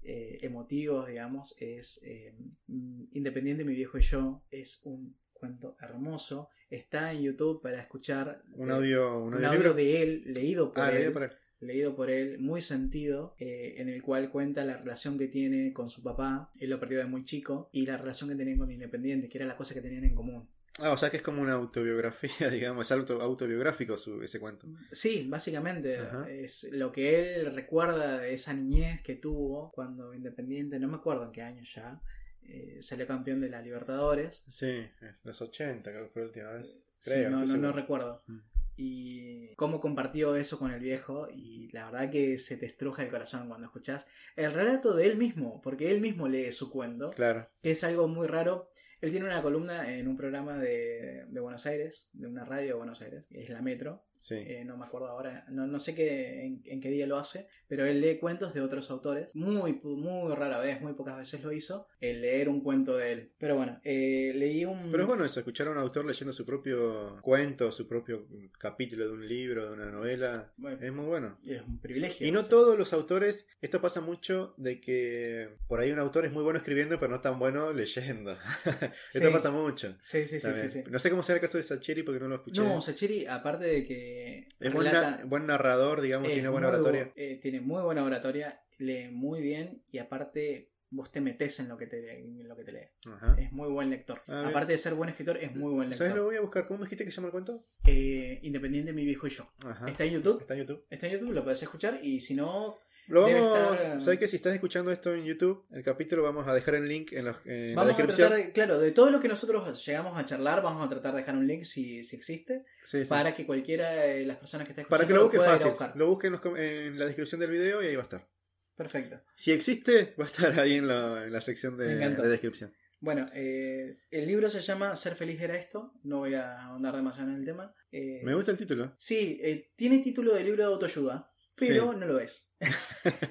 Speaker 1: eh, emotivos, digamos, es eh, mm, Independiente, mi viejo y yo. Es un cuento hermoso. Está en YouTube para escuchar.
Speaker 2: Un
Speaker 1: eh,
Speaker 2: audio,
Speaker 1: un
Speaker 2: un audio
Speaker 1: audio
Speaker 2: libro.
Speaker 1: de él, leído por
Speaker 2: Ah,
Speaker 1: él,
Speaker 2: leído para él.
Speaker 1: leído por él, muy sentido, eh, en el cual cuenta la relación que tiene con su papá, él lo perdió de muy chico, y la relación que tenían con Independiente, que era la cosa que tenían en común.
Speaker 2: Ah, o sea que es como una autobiografía, digamos, es auto- autobiográfico su, ese cuento.
Speaker 1: Sí, básicamente
Speaker 2: Ajá.
Speaker 1: es lo que él recuerda de esa niñez que tuvo cuando Independiente, no me acuerdo en qué año ya, eh, salió campeón de la Libertadores.
Speaker 2: Sí, eh, los 80 creo que fue la última vez.
Speaker 1: Sí,
Speaker 2: Creo,
Speaker 1: no,
Speaker 2: estoy
Speaker 1: no, no
Speaker 2: seguro.
Speaker 1: recuerdo.
Speaker 2: Mm.
Speaker 1: Y cómo compartió eso con el viejo. Y la verdad que se te estruja el corazón cuando escuchás el relato de él mismo, porque él mismo lee su cuento,
Speaker 2: Claro.
Speaker 1: que es algo muy raro. Él tiene una columna en un programa de, de Buenos Aires, de una radio de Buenos Aires, que es la Metro.
Speaker 2: Sí.
Speaker 1: Eh, no me acuerdo ahora, no, no sé qué, en, en qué día lo hace, pero él lee cuentos de otros autores. Muy, pu- muy rara vez, muy pocas veces lo hizo, el leer un cuento de él. Pero bueno, eh, leí un.
Speaker 2: Pero es bueno eso, escuchar a un autor leyendo su propio cuento, su propio capítulo de un libro, de una novela,
Speaker 1: Bueno,
Speaker 2: es muy bueno.
Speaker 1: Es un privilegio.
Speaker 2: Eh, Y no
Speaker 1: o sea.
Speaker 2: todos los autores, esto pasa mucho de que por ahí un autor es muy bueno escribiendo, pero no tan bueno leyendo. esto
Speaker 1: Sí.
Speaker 2: pasa mucho.
Speaker 1: Sí, sí, sí, sí,
Speaker 2: también.
Speaker 1: sí.
Speaker 2: No sé cómo será el caso de Sacheri porque no lo escuché.
Speaker 1: No, Sacheri, aparte de que
Speaker 2: es buen,
Speaker 1: relata-
Speaker 2: na- buen narrador, digamos,
Speaker 1: es
Speaker 2: tiene buena
Speaker 1: muy
Speaker 2: oratoria.
Speaker 1: bu- eh, tiene muy buena oratoria, lee muy bien y aparte vos te metes en lo que te, en lo que te lee.
Speaker 2: Ajá.
Speaker 1: Es muy buen lector.
Speaker 2: Ah, bien.
Speaker 1: aparte de ser buen escritor, es muy buen
Speaker 2: ¿Sabes? Lo
Speaker 1: lector.
Speaker 2: voy a buscar. ¿Cómo me dijiste que se llama el cuento?
Speaker 1: Eh, Independiente, mi viejo y yo.
Speaker 2: Ajá.
Speaker 1: Está en YouTube.
Speaker 2: Está en YouTube.
Speaker 1: Está en YouTube, lo podés escuchar y si no,
Speaker 2: Lo
Speaker 1: Debe
Speaker 2: vamos,
Speaker 1: estar, eh,
Speaker 2: ¿Sabes que si estás escuchando esto en YouTube, el capítulo vamos a dejar el link en, los- en la
Speaker 1: vamos a
Speaker 2: descripción.
Speaker 1: tratar, de- claro, de todo lo que nosotros llegamos a charlar, vamos a tratar de dejar un link si, si existe,
Speaker 2: Sí, sí. Para,
Speaker 1: para que cualquiera de las personas que está escuchando
Speaker 2: que lo busques
Speaker 1: pueda ir a
Speaker 2: fácil.
Speaker 1: buscar.
Speaker 2: Lo busques en, los com- en la descripción del video y ahí va a estar.
Speaker 1: Perfecto.
Speaker 2: Si existe, va a estar ahí en la, en la sección de,
Speaker 1: Me encanta.
Speaker 2: de descripción.
Speaker 1: Bueno, eh, el libro se llama Ser feliz era esto. No voy a ahondar demasiado en el tema. Eh,
Speaker 2: Me gusta el título.
Speaker 1: Sí, eh, tiene título de libro de autoayuda, pero no lo es.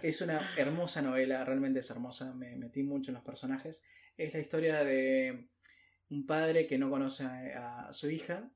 Speaker 1: es una hermosa novela, realmente es hermosa. Me metí mucho en los personajes. Es la historia de un padre que no conoce a, a su hija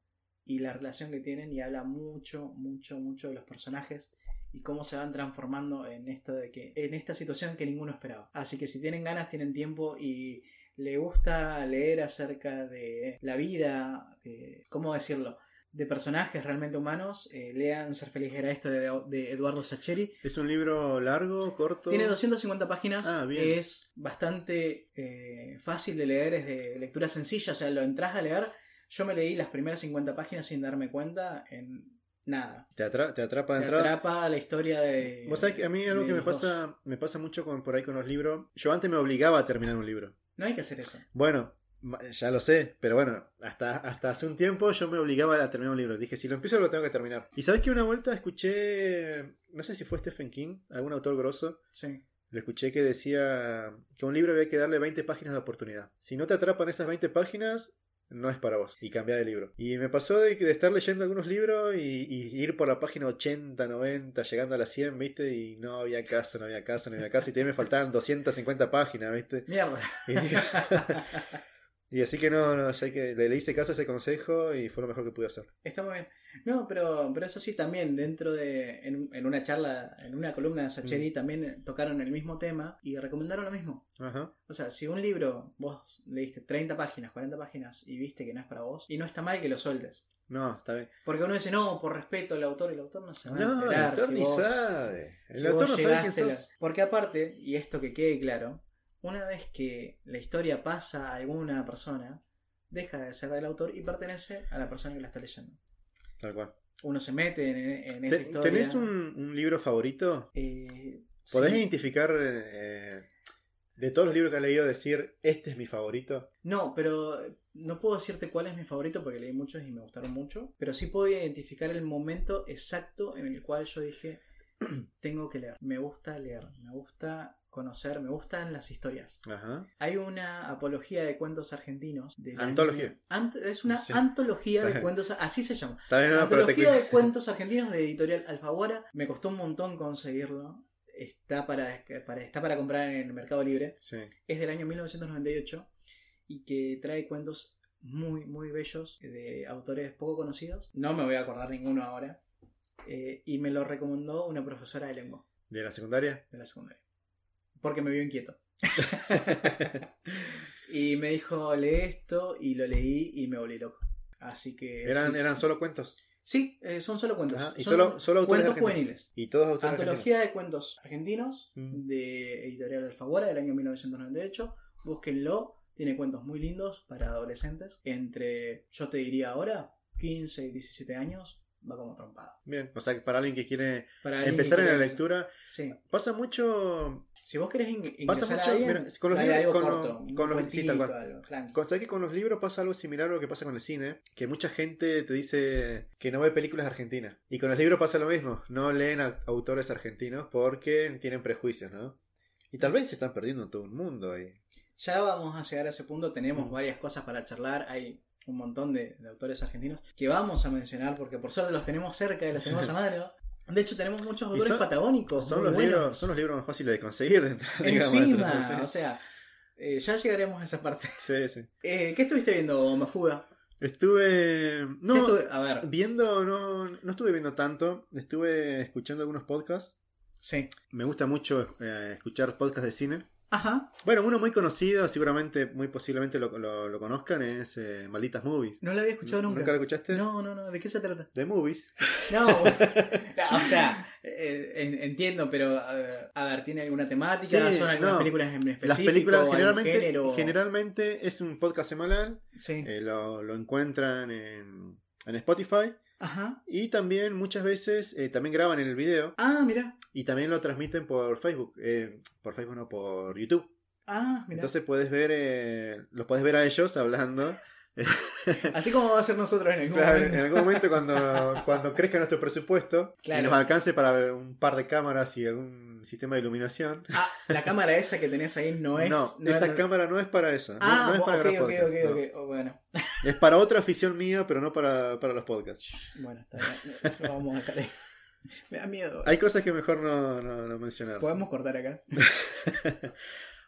Speaker 1: y la relación que tienen y habla mucho, mucho, mucho de los personajes y cómo se van transformando en esto de que en esta situación que ninguno esperaba. Así que si tienen ganas, tienen tiempo y le gusta leer acerca de la vida, de- cómo decirlo, de personajes realmente humanos, eh, lean Ser feliz era esto de, de Eduardo Sacheri.
Speaker 2: ¿Es un libro largo, corto?
Speaker 1: Tiene 250 páginas,
Speaker 2: Ah, bien.
Speaker 1: es bastante eh, fácil de leer, es de lectura sencilla, o sea, lo entras a leer. Yo me leí las primeras 50 páginas sin darme cuenta en nada.
Speaker 2: ¿Te, atra- te atrapa de
Speaker 1: Te
Speaker 2: entrada?
Speaker 1: atrapa la historia de.
Speaker 2: Vos sabés que a mí algo
Speaker 1: de
Speaker 2: que me
Speaker 1: Eh, los dos.
Speaker 2: pasa, me pasa mucho con, por ahí con los libros. Yo antes me obligaba a terminar un libro.
Speaker 1: No hay que hacer eso.
Speaker 2: Bueno, ma- ya lo sé, pero bueno, hasta, hasta hace un tiempo yo me obligaba a terminar un libro. Dije, si lo empiezo lo tengo que terminar. Y sabes que una vuelta escuché, no sé si fue Stephen King, algún autor grosso,
Speaker 1: Sí.
Speaker 2: lo escuché que decía que a un libro había que darle 20 páginas de oportunidad. Si no te atrapan esas 20 páginas, no es para vos. Y cambiar de libro. Y me pasó de, que- de estar leyendo algunos libros y, y ir por la página 80, 90, llegando a las 100, ¿viste? Y no había caso, no había caso, no había caso. Y todavía me faltaban 250 páginas, ¿viste?
Speaker 1: Mierda.
Speaker 2: Y digo, Y así que no, no, ya que le, le hice caso a ese consejo y fue lo mejor que pude hacer.
Speaker 1: Está muy bien. No, pero, pero eso sí, también dentro de. En, en una charla, en una columna de Sacheri,
Speaker 2: Mm.
Speaker 1: también tocaron el mismo tema y recomendaron lo mismo.
Speaker 2: Ajá.
Speaker 1: O sea, si un libro vos leíste 30 páginas, 40 páginas y viste que no es para vos, y no está mal que lo sueltes.
Speaker 2: No, está bien.
Speaker 1: Porque uno dice, no, por respeto al autor, el autor no se va a
Speaker 2: No, el
Speaker 1: enterar.
Speaker 2: autor
Speaker 1: si
Speaker 2: ni
Speaker 1: vos-
Speaker 2: sabe. El
Speaker 1: si
Speaker 2: autor
Speaker 1: vos
Speaker 2: no sabe quién
Speaker 1: llegaste a la-
Speaker 2: sos.
Speaker 1: Porque aparte, y esto que quede claro, una vez que la historia pasa a alguna persona, deja de ser del autor y pertenece a la persona que la está leyendo.
Speaker 2: Tal cual.
Speaker 1: Uno se mete en, en esa
Speaker 2: Te-
Speaker 1: historia.
Speaker 2: ¿Tenés un, un libro favorito?
Speaker 1: eh,
Speaker 2: ¿Podés
Speaker 1: sí.
Speaker 2: identificar eh, de todos los libros que has leído decir, este es mi favorito?
Speaker 1: No, pero eh, no puedo decirte cuál es mi favorito porque leí muchos y me gustaron mucho. Pero sí puedo identificar el momento exacto en el cual yo dije, tengo que leer. Me gusta leer, me gusta conocer, me gustan las historias.
Speaker 2: Ajá.
Speaker 1: Hay una apología de cuentos argentinos. del
Speaker 2: Antología.
Speaker 1: año- Ant- es una
Speaker 2: Sí.
Speaker 1: antología de
Speaker 2: Está bien.
Speaker 1: cuentos, así se llama.
Speaker 2: Está bien, no, pero te
Speaker 1: Antología de cuentos argentinos de editorial Alfaguara. Me costó un montón conseguirlo. Está para, para- está para comprar en el Mercado Libre.
Speaker 2: Sí.
Speaker 1: Es del año 1998 y que trae cuentos muy, muy bellos de autores poco conocidos. No me voy a acordar ninguno ahora. Eh, y me lo recomendó una profesora de lengua
Speaker 2: ¿De la secundaria?
Speaker 1: de la secundaria. Porque me vio inquieto. y me dijo, lee esto, y lo leí y me volví loco. Así que.
Speaker 2: Eran,
Speaker 1: Eh, sí,
Speaker 2: eran solo cuentos.
Speaker 1: Sí, eh, son solo cuentos.
Speaker 2: Ajá, y
Speaker 1: Son
Speaker 2: solo- solo autores
Speaker 1: cuentos
Speaker 2: argentinos.
Speaker 1: juveniles.
Speaker 2: Y todos autores
Speaker 1: Antología de cuentos argentinos
Speaker 2: Mm.
Speaker 1: de Editorial Alfaguara del año 1998. Búsquenlo. Tiene cuentos muy lindos para adolescentes. Entre, yo te diría ahora, 15 y 17 años, va como trompada.
Speaker 2: argentinos. Bien. O sea, que para alguien que quiere
Speaker 1: Para alguien que
Speaker 2: empezar en la
Speaker 1: quiera-
Speaker 2: lectura,
Speaker 1: Sí.
Speaker 2: pasa mucho.
Speaker 1: Si vos querés in-
Speaker 2: Pasa
Speaker 1: ingresar a
Speaker 2: mucho-
Speaker 1: alguien,
Speaker 2: mira, con los
Speaker 1: dale
Speaker 2: libros-
Speaker 1: algo
Speaker 2: con
Speaker 1: corto,
Speaker 2: los-
Speaker 1: un
Speaker 2: con los- sí,
Speaker 1: cuentito,
Speaker 2: tal cual.
Speaker 1: algo, tranqui.
Speaker 2: con- Sabés que con los libros pasa algo similar a lo que pasa con el cine, que mucha gente te dice que no ve películas argentinas. Y con los libros pasa lo mismo, no leen a- autores argentinos porque tienen prejuicios, ¿no? Y tal vez se están perdiendo todo un mundo ahí.
Speaker 1: Ya vamos a llegar a ese punto, tenemos
Speaker 2: Mm.
Speaker 1: varias cosas para charlar, hay un montón de, de autores argentinos que vamos a mencionar porque por suerte los tenemos cerca y los tenemos a mano. De hecho tenemos muchos autores
Speaker 2: son-
Speaker 1: patagónicos.
Speaker 2: Son
Speaker 1: Oh, muy
Speaker 2: los,
Speaker 1: buenos.
Speaker 2: libros, son los libros más fáciles de conseguir. digamos,
Speaker 1: Encima,
Speaker 2: entonces,
Speaker 1: o sea, eh, ya llegaremos a esa parte.
Speaker 2: sí, sí.
Speaker 1: Eh, ¿Qué estuviste viendo, Mafuga?
Speaker 2: Estuve. No,
Speaker 1: ¿Qué estuve- A ver,
Speaker 2: viendo, no, no estuve viendo tanto. Estuve escuchando algunos podcasts.
Speaker 1: sí.
Speaker 2: Me gusta mucho eh, escuchar podcasts de cine.
Speaker 1: Ajá,
Speaker 2: Bueno, uno muy conocido, seguramente, muy posiblemente lo, lo- lo conozcan, es eh, Malditas Movies.
Speaker 1: no lo había escuchado nunca.
Speaker 2: lo escuchaste?
Speaker 1: No, no, no, ¿de qué se trata?
Speaker 2: De Movies.
Speaker 1: No, no, o sea, eh, en- entiendo, pero eh, a ver, ¿tiene alguna temática?
Speaker 2: Sí,
Speaker 1: ¿Son algunas
Speaker 2: no.
Speaker 1: películas en específico?
Speaker 2: Las películas
Speaker 1: ¿Algún
Speaker 2: generalmente,
Speaker 1: género?
Speaker 2: generalmente es un podcast semanal.
Speaker 1: Sí.
Speaker 2: eh, lo, lo encuentran en, en Spotify.
Speaker 1: Ajá.
Speaker 2: Y también muchas veces eh, también graban el video
Speaker 1: Ah, mira.
Speaker 2: y también lo transmiten por Facebook. eh, por Facebook no, por YouTube.
Speaker 1: Ah, mira.
Speaker 2: Entonces puedes ver, eh, los puedes ver a ellos hablando.
Speaker 1: Así como va a ser nosotros en algún
Speaker 2: Claro, en
Speaker 1: momento.
Speaker 2: algún momento cuando, cuando crezca nuestro presupuesto
Speaker 1: Claro.
Speaker 2: y nos alcance para ver un par de cámaras y algún sistema de iluminación.
Speaker 1: Ah, la cámara esa que tenés ahí no es. es
Speaker 2: esa
Speaker 1: la-
Speaker 2: cámara no es para eso. No-
Speaker 1: Ah,
Speaker 2: no, es para
Speaker 1: ok,
Speaker 2: grabar
Speaker 1: ok, ok,
Speaker 2: podcast, no.
Speaker 1: ok. Oh, bueno.
Speaker 2: Es para otra afición mía, pero no para, para los podcasts.
Speaker 1: Bueno, está bien. Vamos a dejar ahí. Me da miedo.
Speaker 2: Hay cosas que mejor no, no- no mencionar.
Speaker 1: Podemos cortar acá.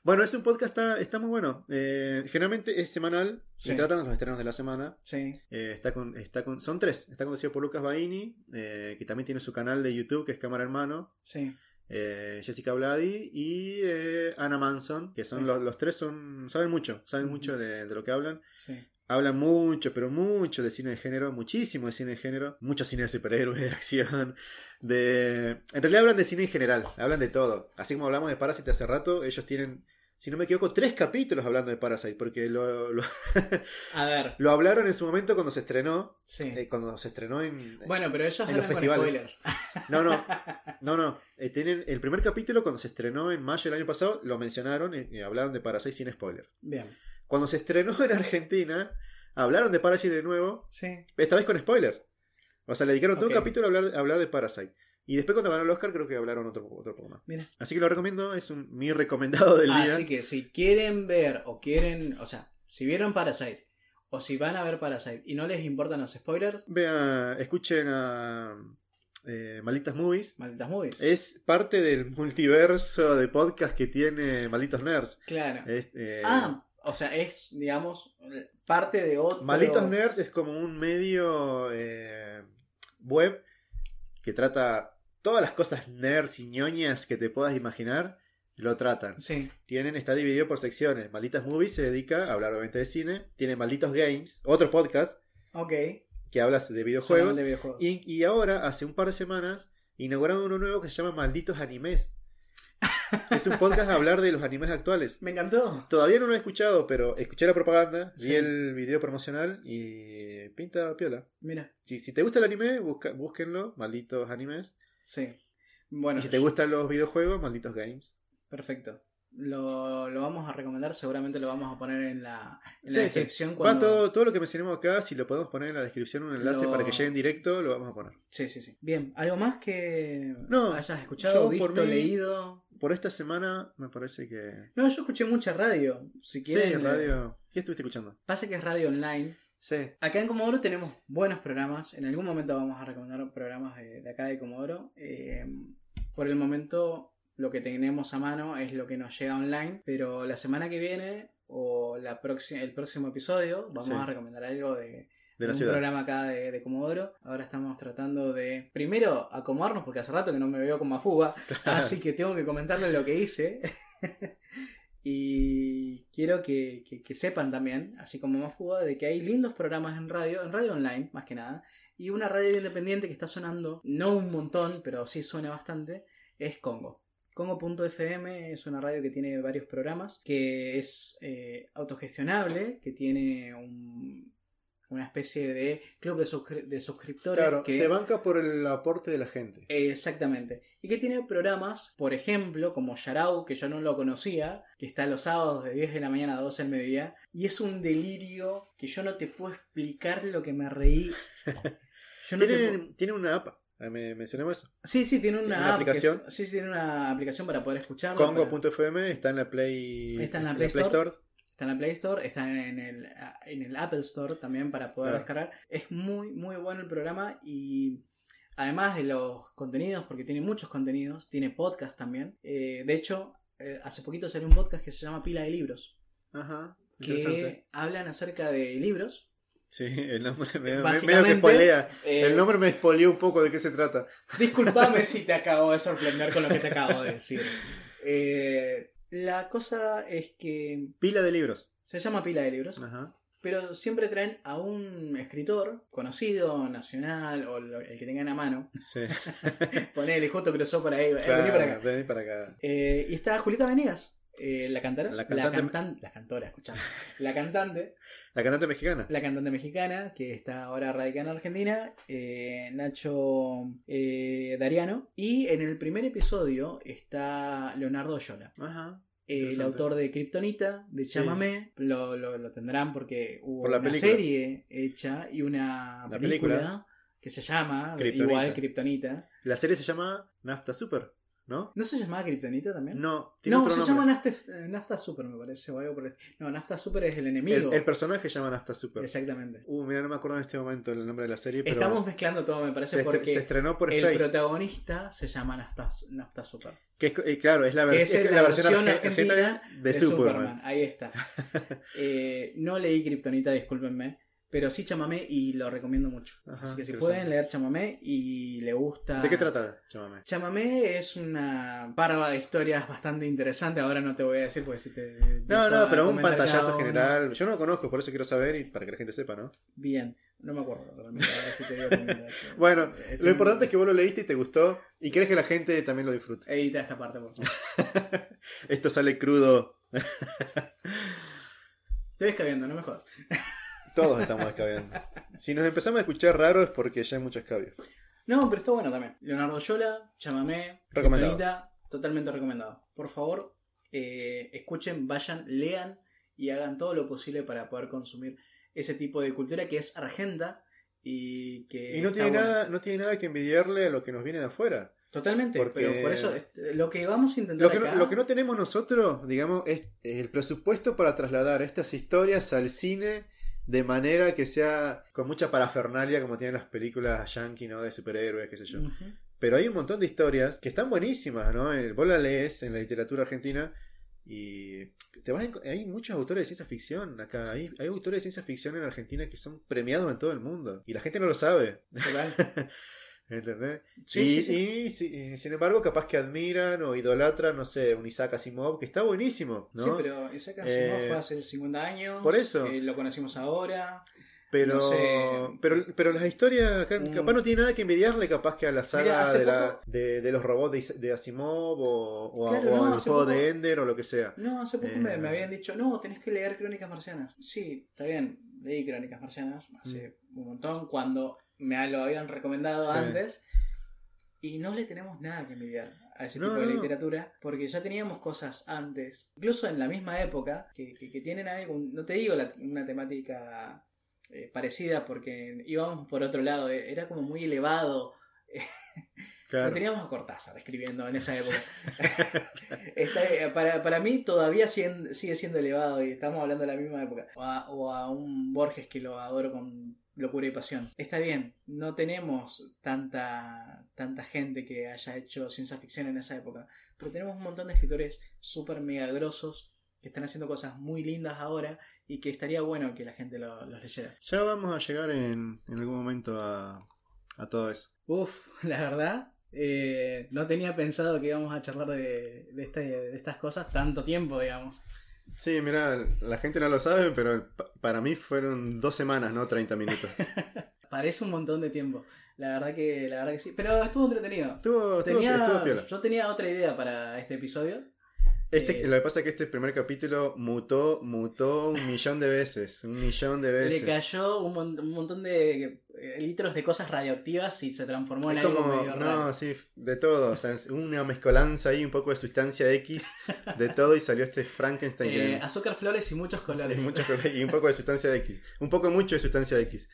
Speaker 2: Bueno, es un podcast, está, está muy bueno. Eh, generalmente es semanal, se
Speaker 1: Sí.
Speaker 2: tratan de los estrenos de la semana.
Speaker 1: Sí.
Speaker 2: Eh, está con, está con, son tres. Está conducido por Lucas Baini, eh, que también tiene su canal de YouTube, que es Cámara Hermano.
Speaker 1: Sí.
Speaker 2: eh, Jessica Vladi y eh, Anna Manson, que son
Speaker 1: Sí.
Speaker 2: los, los tres son saben mucho, saben
Speaker 1: Ujú.
Speaker 2: mucho de, de lo que hablan.
Speaker 1: Sí.
Speaker 2: Hablan mucho, pero mucho de cine de género, muchísimo de cine de género, mucho cine de superhéroes, de acción, de... En realidad hablan de cine en general, hablan de todo. Así como hablamos de Parasite hace rato, ellos tienen, si no me equivoco, tres capítulos hablando de Parasite, porque lo, lo,
Speaker 1: A ver.
Speaker 2: lo hablaron en su momento cuando se estrenó,
Speaker 1: Sí.
Speaker 2: eh, cuando se estrenó en...
Speaker 1: Bueno, pero ellos
Speaker 2: en
Speaker 1: hablan
Speaker 2: los
Speaker 1: con
Speaker 2: festivales.
Speaker 1: spoilers.
Speaker 2: No, no, no, no. Eh, tienen el primer capítulo cuando se estrenó en mayo del año pasado, lo mencionaron y, y hablaron de Parasite sin spoiler.
Speaker 1: Bien.
Speaker 2: Cuando se estrenó en Argentina, hablaron de Parasite de nuevo,
Speaker 1: Sí.
Speaker 2: esta vez con spoiler. O sea, le dedicaron todo
Speaker 1: Ok.
Speaker 2: un capítulo a hablar, a hablar de Parasite. Y después cuando ganó el Oscar creo que hablaron otro, otro poco más.
Speaker 1: Mira.
Speaker 2: Así que lo recomiendo, es un, mi recomendado del día.
Speaker 1: Así que si quieren ver o quieren, o sea, si vieron Parasite o si van a ver Parasite y no les importan los spoilers,
Speaker 2: Vean, escuchen a eh, Malditas Movies.
Speaker 1: malditas movies.
Speaker 2: Es parte del multiverso de podcast que tiene Malditos Nerds.
Speaker 1: claro.
Speaker 2: Es, eh,
Speaker 1: ah, O sea, es, digamos, parte de otro.
Speaker 2: Malitos Nerds es como un medio eh, web que trata todas las cosas nerds y ñoñas que te puedas imaginar, lo tratan.
Speaker 1: Sí,
Speaker 2: Tienen, está dividido por secciones. Malditas Movies se dedica a hablar obviamente de cine. Tiene Malditos Games, otro podcast
Speaker 1: ok.
Speaker 2: que habla de videojuegos.
Speaker 1: Solamente videojuegos.
Speaker 2: Y, y ahora, hace un par de semanas, inauguraron uno nuevo que se llama Malditos Animes. es un podcast a hablar de los animes actuales.
Speaker 1: Me encantó.
Speaker 2: Todavía no lo he escuchado, pero escuché la propaganda,
Speaker 1: Sí.
Speaker 2: vi el video promocional y pinta piola.
Speaker 1: Mira,
Speaker 2: Si, si te gusta el anime, busca- búsquenlo, malditos animes.
Speaker 1: sí. Bueno,
Speaker 2: y si te gustan los videojuegos, malditos games.
Speaker 1: perfecto. Lo, lo vamos a recomendar, seguramente lo vamos a poner en la, en la
Speaker 2: Sí, sí.
Speaker 1: descripción
Speaker 2: Va
Speaker 1: cuando.
Speaker 2: todo, todo lo que mencionemos acá, si lo podemos poner en la descripción, un enlace
Speaker 1: Lo-
Speaker 2: para que lleguen directo, lo vamos a poner.
Speaker 1: Sí, sí, sí. Bien, ¿algo más que
Speaker 2: No,
Speaker 1: hayas escuchado,
Speaker 2: yo
Speaker 1: visto,
Speaker 2: por mí-
Speaker 1: leído?
Speaker 2: Por esta semana, me parece que.
Speaker 1: No, yo escuché mucha radio. Si quieren,
Speaker 2: Sí,
Speaker 1: eh,
Speaker 2: radio. ¿Qué estuviste escuchando?
Speaker 1: Pasa que es radio online.
Speaker 2: Sí.
Speaker 1: Acá en Comodoro tenemos buenos programas. En algún momento vamos a recomendar programas de, de acá de Comodoro. Eh, por el momento, lo que tenemos a mano es lo que nos llega online. Pero la semana que viene o la próxima, el próximo episodio vamos
Speaker 2: Sí.
Speaker 1: a recomendar algo de,
Speaker 2: De la
Speaker 1: un
Speaker 2: ciudad.
Speaker 1: programa acá de, de Comodoro. Ahora estamos tratando de, primero, acomodarnos porque hace rato que no me veo con Mafuga. Así que tengo que comentarle lo que hice. y quiero que, que- que sepan también, así como más fuga, de que hay lindos programas en radio, en radio online más que nada, y una radio independiente que está sonando, no un montón, pero sí suena bastante, es Congo. Congo.fm es una radio que tiene varios programas, que es eh, autogestionable, que tiene un- una especie de club de, suscri- de suscriptores
Speaker 2: Claro,
Speaker 1: que Eh,
Speaker 2: se banca por el aporte de la gente.
Speaker 1: Exactamente. Y que tiene programas, por ejemplo, como Yarau, que yo no lo conocía, que está los sábados de 10 de la mañana a 12 del mediodía. Y es un delirio que yo no te puedo explicar lo que me reí. Yo no te puedo-
Speaker 2: Tienen, tienen una app, eh, me mencionemos eso.
Speaker 1: Sí, sí, tiene una,
Speaker 2: tiene una
Speaker 1: app que es-
Speaker 2: aplicación.
Speaker 1: Sí, sí, tiene una aplicación para poder escucharlo. para-
Speaker 2: Congo.fm está en la Play,
Speaker 1: Está en la Play Store. Está en la Play Store, está en el, en el Apple Store también para poder
Speaker 2: Claro.
Speaker 1: descargar. Es muy, muy bueno el programa y además de los contenidos, porque tiene muchos contenidos, tiene podcast también. Eh, de hecho, eh, hace poquito salió un podcast que se llama Pila de Libros,
Speaker 2: Ajá. Interesante.
Speaker 1: que hablan acerca de libros.
Speaker 2: Sí, el nombre me, me- medio que
Speaker 1: Básicamente,
Speaker 2: spoilea.
Speaker 1: Eh,
Speaker 2: el nombre me spoileó un poco de qué se trata.
Speaker 1: Disculpame si te acabo de sorprender con lo que te acabo de decir. Eh, la cosa es que
Speaker 2: Pila de libros.
Speaker 1: se llama Pila de Libros.
Speaker 2: Ajá.
Speaker 1: pero siempre traen a un escritor conocido, nacional o lo- el que tengan a mano.
Speaker 2: Sí.
Speaker 1: Ponele, justo cruzó por ahí, eh,
Speaker 2: Claro,
Speaker 1: vení para acá.
Speaker 2: vení para acá.
Speaker 1: Eh, y está Julieta Venegas, eh, la cantante,
Speaker 2: La
Speaker 1: la,
Speaker 2: cantante-
Speaker 1: cantan- la cantora, escuchame, la cantante,
Speaker 2: La cantante mexicana.
Speaker 1: la cantante mexicana que está ahora radicada en Argentina, eh, Nacho eh, Dariano, y en el primer episodio está Leonardo Yola.
Speaker 2: Ajá.
Speaker 1: Eh, el
Speaker 2: Interesante.
Speaker 1: autor de Kryptonita, de
Speaker 2: Sí.
Speaker 1: Chamamé, lo, lo- lo tendrán porque hubo
Speaker 2: Por la
Speaker 1: una
Speaker 2: película.
Speaker 1: serie hecha y una
Speaker 2: La
Speaker 1: película,
Speaker 2: película.
Speaker 1: que se llama
Speaker 2: Kryptonita.
Speaker 1: igual Kryptonita.
Speaker 2: La serie se llama Nafta Super, ¿no?
Speaker 1: ¿No se llamaba Kryptonita también?
Speaker 2: No, tiene
Speaker 1: No,
Speaker 2: otro
Speaker 1: se
Speaker 2: nombre.
Speaker 1: llama Nafta, eh, Nafta Super, me parece, o algo por el- No, Nafta Super es el enemigo.
Speaker 2: el, el personaje se llama Nafta Super.
Speaker 1: Exactamente.
Speaker 2: Uh, mira, no me acuerdo en este momento el nombre de la serie, pero
Speaker 1: Estamos mezclando todo, me
Speaker 2: se,
Speaker 1: parece,
Speaker 2: estre-
Speaker 1: porque
Speaker 2: se estrenó por
Speaker 1: el
Speaker 2: Space.
Speaker 1: protagonista se llama Nafta, Nafta Super.
Speaker 2: Que es, eh, claro, es la, vers-
Speaker 1: Que es
Speaker 2: es
Speaker 1: la versión
Speaker 2: arge- argentina
Speaker 1: argentina
Speaker 2: de, Superman.
Speaker 1: Ahí está. Eh, no leí Kryptonita, discúlpenme. Pero sí chamamé y lo recomiendo mucho.
Speaker 2: Ajá,
Speaker 1: Así que si
Speaker 2: interesante.
Speaker 1: pueden leer chamamé y le gusta.
Speaker 2: ¿De qué trata? Llámame.
Speaker 1: Chamamé es una parva de historias bastante interesante. Ahora no te voy a decir porque si te.
Speaker 2: No,
Speaker 1: empiezo
Speaker 2: no,
Speaker 1: a
Speaker 2: pero un
Speaker 1: ah, comentar cada
Speaker 2: pantallazo
Speaker 1: uno-
Speaker 2: general. Yo no lo conozco, por eso quiero saber y para que la gente sepa, ¿no?
Speaker 1: Bien, no me acuerdo. realmente, ahora sí te digo también.
Speaker 2: Bueno,
Speaker 1: Eh,
Speaker 2: Lo importante es que vos lo leíste y te gustó y crees que la gente también lo disfrute.
Speaker 1: Edita esta parte, por favor.
Speaker 2: Esto sale crudo.
Speaker 1: Te ves cabiendo, no me jodas.
Speaker 2: Todos estamos escabeando. Si nos empezamos a escuchar raro es porque ya hay mucho escabio.
Speaker 1: No, pero está bueno también. Leonardo Yola, Chamamé,
Speaker 2: Recomendado.
Speaker 1: Kryptonita, totalmente recomendado. Por favor, eh, escuchen, vayan, lean y hagan todo lo posible para poder consumir ese tipo de cultura que es argenta y que
Speaker 2: Y no
Speaker 1: eh, está
Speaker 2: tiene,
Speaker 1: bueno.
Speaker 2: nada, no tiene nada que envidiarle a lo que nos viene de afuera.
Speaker 1: totalmente
Speaker 2: porque-
Speaker 1: pero por eso eh, lo que vamos a intentar
Speaker 2: Lo que, no,
Speaker 1: acá,
Speaker 2: lo que no tenemos nosotros, digamos, es el presupuesto para trasladar estas historias al cine de manera que sea con mucha parafernalia como tienen las películas yankee, ¿no? De superhéroes, qué sé yo.
Speaker 1: Ujú.
Speaker 2: Eh, Pero hay un montón de historias que están buenísimas, ¿no? El- Vos la lees en la literatura argentina Y te vas a enco- hay muchos autores de ciencia ficción acá. Hay, hay autores de ciencia ficción en Argentina que son premiados en todo el mundo. Y la gente no lo sabe.
Speaker 1: Total.
Speaker 2: ¿Entendés?
Speaker 1: Sí,
Speaker 2: y,
Speaker 1: sí, sí.
Speaker 2: y si- y sin embargo, capaz que admiran o idolatran, no sé, un Isaac Asimov, que está buenísimo, ¿no?
Speaker 1: Sí, pero esa canción
Speaker 2: Eh,
Speaker 1: fue hace 50 años.
Speaker 2: por eso.
Speaker 1: eh, lo conocimos ahora.
Speaker 2: Pero,
Speaker 1: No sé.
Speaker 2: pero, pero las historias, acá,
Speaker 1: Mm.
Speaker 2: capaz no tiene nada que envidiarle, capaz que a la saga
Speaker 1: hace
Speaker 2: de, la-
Speaker 1: poco-
Speaker 2: de, de los robots de, Is- de Asimov o, o a-
Speaker 1: Claro,
Speaker 2: o
Speaker 1: no,
Speaker 2: al
Speaker 1: hace
Speaker 2: juego
Speaker 1: poco-
Speaker 2: de Ender o lo que sea.
Speaker 1: No, hace poco me,
Speaker 2: Eh.
Speaker 1: me habían dicho, no, tenés que leer Crónicas Marcianas. Sí, está bien, leí Crónicas Marcianas hace un montón, cuando me lo habían recomendado
Speaker 2: Mm. Sí.
Speaker 1: antes. Y no le tenemos nada que envidiar a ese
Speaker 2: No,
Speaker 1: tipo de
Speaker 2: no.
Speaker 1: literatura, porque ya teníamos cosas antes, incluso en la misma época, que, que- que tienen algo, no te digo la- una temática eh, parecida, porque íbamos por otro lado, eh, era como muy elevado. No
Speaker 2: Claro.
Speaker 1: teníamos a Cortázar escribiendo en esa época. Está- eh, para, para mí todavía sien- sigue siendo elevado y estamos hablando de la misma época. O a, o a un Borges que lo adoro con locura y pasión. Está bien, no tenemos tanta, tanta gente que haya hecho ciencia ficción en esa época, pero tenemos un montón de escritores súper megagrosos que están haciendo cosas muy lindas ahora y que estaría bueno que la gente lo- los leyera.
Speaker 2: Ya vamos a llegar en, en algún momento a, a todo eso.
Speaker 1: Uf, la verdad, eh, no tenía pensado que íbamos a charlar de, de, este- de estas cosas tanto tiempo, digamos.
Speaker 2: Sí, mira, la gente no lo sabe, pero pa- para mí fueron dos semanas, no 30 minutos.
Speaker 1: Parece un montón de tiempo. La verdad que, la verdad que sí. Pero estuvo entretenido.
Speaker 2: Estuvo, estuvo-
Speaker 1: Tenía-
Speaker 2: estuvo piola.
Speaker 1: yo tenía otra idea para este episodio.
Speaker 2: Este,
Speaker 1: eh,
Speaker 2: lo que pasa es que este primer capítulo mutó, mutó un millón de veces. Un millón de
Speaker 1: Le
Speaker 2: veces.
Speaker 1: cayó un, mon- un montón de eh, litros de cosas radioactivas y se transformó en
Speaker 2: Es
Speaker 1: algo
Speaker 2: como,
Speaker 1: medio
Speaker 2: no,
Speaker 1: raro.
Speaker 2: sí, de todo. O sea, es una mezcolanza ahí, un poco de sustancia X, de todo, y salió este Frankenstein. que-
Speaker 1: Eh, azúcar, flores y muchos
Speaker 2: y,
Speaker 1: colores.
Speaker 2: mucho- y un poco de sustancia X. Un poco mucho de sustancia X.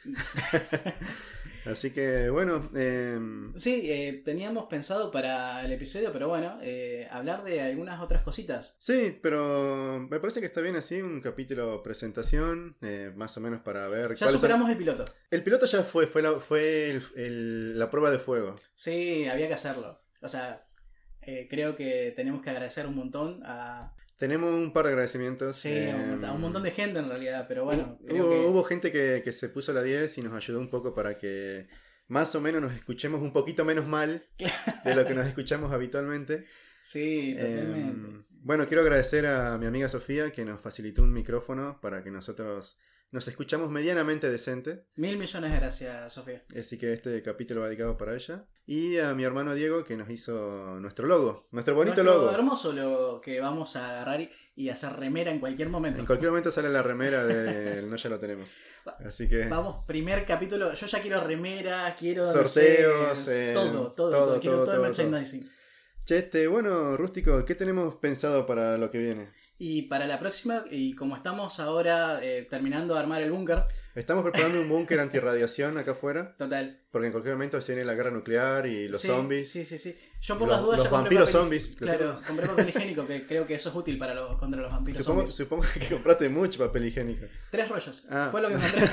Speaker 2: Así que, bueno, em,
Speaker 1: Sí, eh, teníamos pensado para el episodio, pero bueno, eh, hablar de algunas otras cositas.
Speaker 2: Sí, pero me parece que está bien así, un capítulo presentación, eh, más o menos para ver...
Speaker 1: Ya
Speaker 2: cuáles son-
Speaker 1: superamos el piloto.
Speaker 2: El piloto ya fue, fue, la, fue el- el- la prueba de fuego.
Speaker 1: Sí, había que hacerlo. O sea, eh, creo que tenemos que agradecer un montón a,
Speaker 2: Tenemos un par de agradecimientos. em,
Speaker 1: sí, a un mont- a un montón de gente en realidad, pero bueno, creo
Speaker 2: Hubo,
Speaker 1: que...
Speaker 2: hubo gente que, que se puso a la 10 y nos ayudó un poco para que más o menos nos escuchemos un poquito menos mal de lo que nos escuchamos habitualmente. Em,
Speaker 1: Sí, totalmente.
Speaker 2: Eh, bueno, quiero agradecer a mi amiga Sofía que nos facilitó un micrófono para que nosotros nos escuchamos medianamente decente.
Speaker 1: Mil millones de gracias, Sofía.
Speaker 2: Así que este capítulo va dedicado para ella. Y a mi hermano Diego que nos hizo nuestro logo, nuestro bonito
Speaker 1: Nuestro
Speaker 2: logo.
Speaker 1: hermoso logo que vamos a agarrar y, y hacer remera en cualquier momento.
Speaker 2: En cualquier momento sale la remera del No Ya Lo Tenemos. Así que
Speaker 1: Vamos, primer capítulo. Yo ya quiero remera, quiero... no
Speaker 2: Sorteos,
Speaker 1: sé,
Speaker 2: eh,
Speaker 1: todo, todo, todo,
Speaker 2: todo,
Speaker 1: Quiero todo, el
Speaker 2: todo, todo, todo.
Speaker 1: merchandising.
Speaker 2: Che, este, bueno, Rústico, ¿qué tenemos pensado para lo que viene?
Speaker 1: Y para la próxima, y como estamos ahora eh, terminando de armar el búnker,
Speaker 2: Estamos preparando un búnker antirradiación acá afuera,
Speaker 1: total,
Speaker 2: porque en cualquier momento se viene la guerra nuclear y los
Speaker 1: sí,
Speaker 2: zombies.
Speaker 1: Sí, sí, sí. Yo por
Speaker 2: Los-
Speaker 1: las dudas
Speaker 2: los
Speaker 1: ya compré
Speaker 2: vampiros
Speaker 1: papel-
Speaker 2: zombies.
Speaker 1: Claro, compré papel higiénico, que creo que eso es útil para los, contra los vampiros
Speaker 2: Supongo,
Speaker 1: zombies.
Speaker 2: supongo que compraste mucho papel higiénico.
Speaker 1: Tres rollos.
Speaker 2: Ah.
Speaker 1: Fue lo que encontré.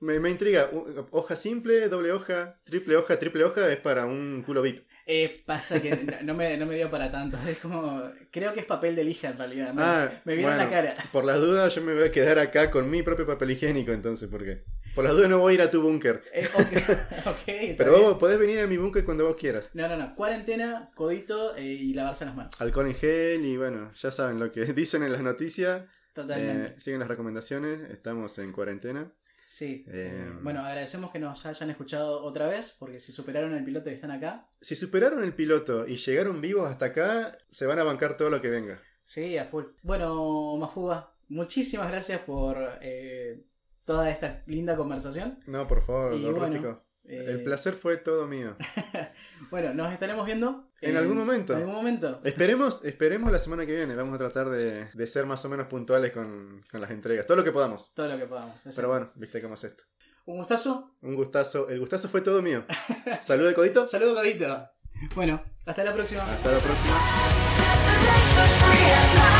Speaker 2: Me, me intriga, u- hoja simple, doble hoja, triple hoja, triple hoja es para un culo VIP.
Speaker 1: Eh, pasa que no, no me, no me dio para tanto. Es como. Creo que es papel de lija en realidad. Me,
Speaker 2: Ah,
Speaker 1: me vieron la
Speaker 2: bueno.
Speaker 1: cara.
Speaker 2: Por las dudas, yo me voy a quedar acá con mi propio papel higiénico, entonces, porque por las dudas no voy a ir a tu búnker.
Speaker 1: Eh, ok, ok, está
Speaker 2: Pero
Speaker 1: bien.
Speaker 2: vos podés venir a mi búnker cuando vos quieras.
Speaker 1: No, no, no. Cuarentena, codito eh, y lavarse las manos.
Speaker 2: Alcohol en gel y bueno, ya saben lo que dicen en las noticias.
Speaker 1: Totalmente.
Speaker 2: Eh, siguen las recomendaciones, estamos en cuarentena.
Speaker 1: sí.
Speaker 2: eh,
Speaker 1: Eh, bueno, agradecemos que nos hayan escuchado otra vez, porque si superaron el piloto y están acá,
Speaker 2: Si superaron el piloto y llegaron vivos hasta acá, se van a bancar todo lo que venga.
Speaker 1: Sí, a full. Bueno, Mafuga, muchísimas gracias por eh, toda esta linda conversación.
Speaker 2: No, por favor,
Speaker 1: Y
Speaker 2: don
Speaker 1: bueno,
Speaker 2: Rústico.
Speaker 1: Eh,
Speaker 2: El placer fue todo mío.
Speaker 1: Bueno, nos estaremos viendo.
Speaker 2: En algún momento.
Speaker 1: En algún momento.
Speaker 2: Esperemos, esperemos la semana que viene. Vamos a tratar de, de ser más o menos puntuales con, con las entregas. Todo lo que podamos.
Speaker 1: Todo lo que podamos. Así.
Speaker 2: Pero bueno, viste cómo es esto.
Speaker 1: Un gustazo.
Speaker 2: Un gustazo. El gustazo fue todo mío. Salud de codito.
Speaker 1: Saludos, Codito. Bueno, hasta la próxima.
Speaker 2: Hasta la próxima.
Speaker 3: Set the nexus free at last.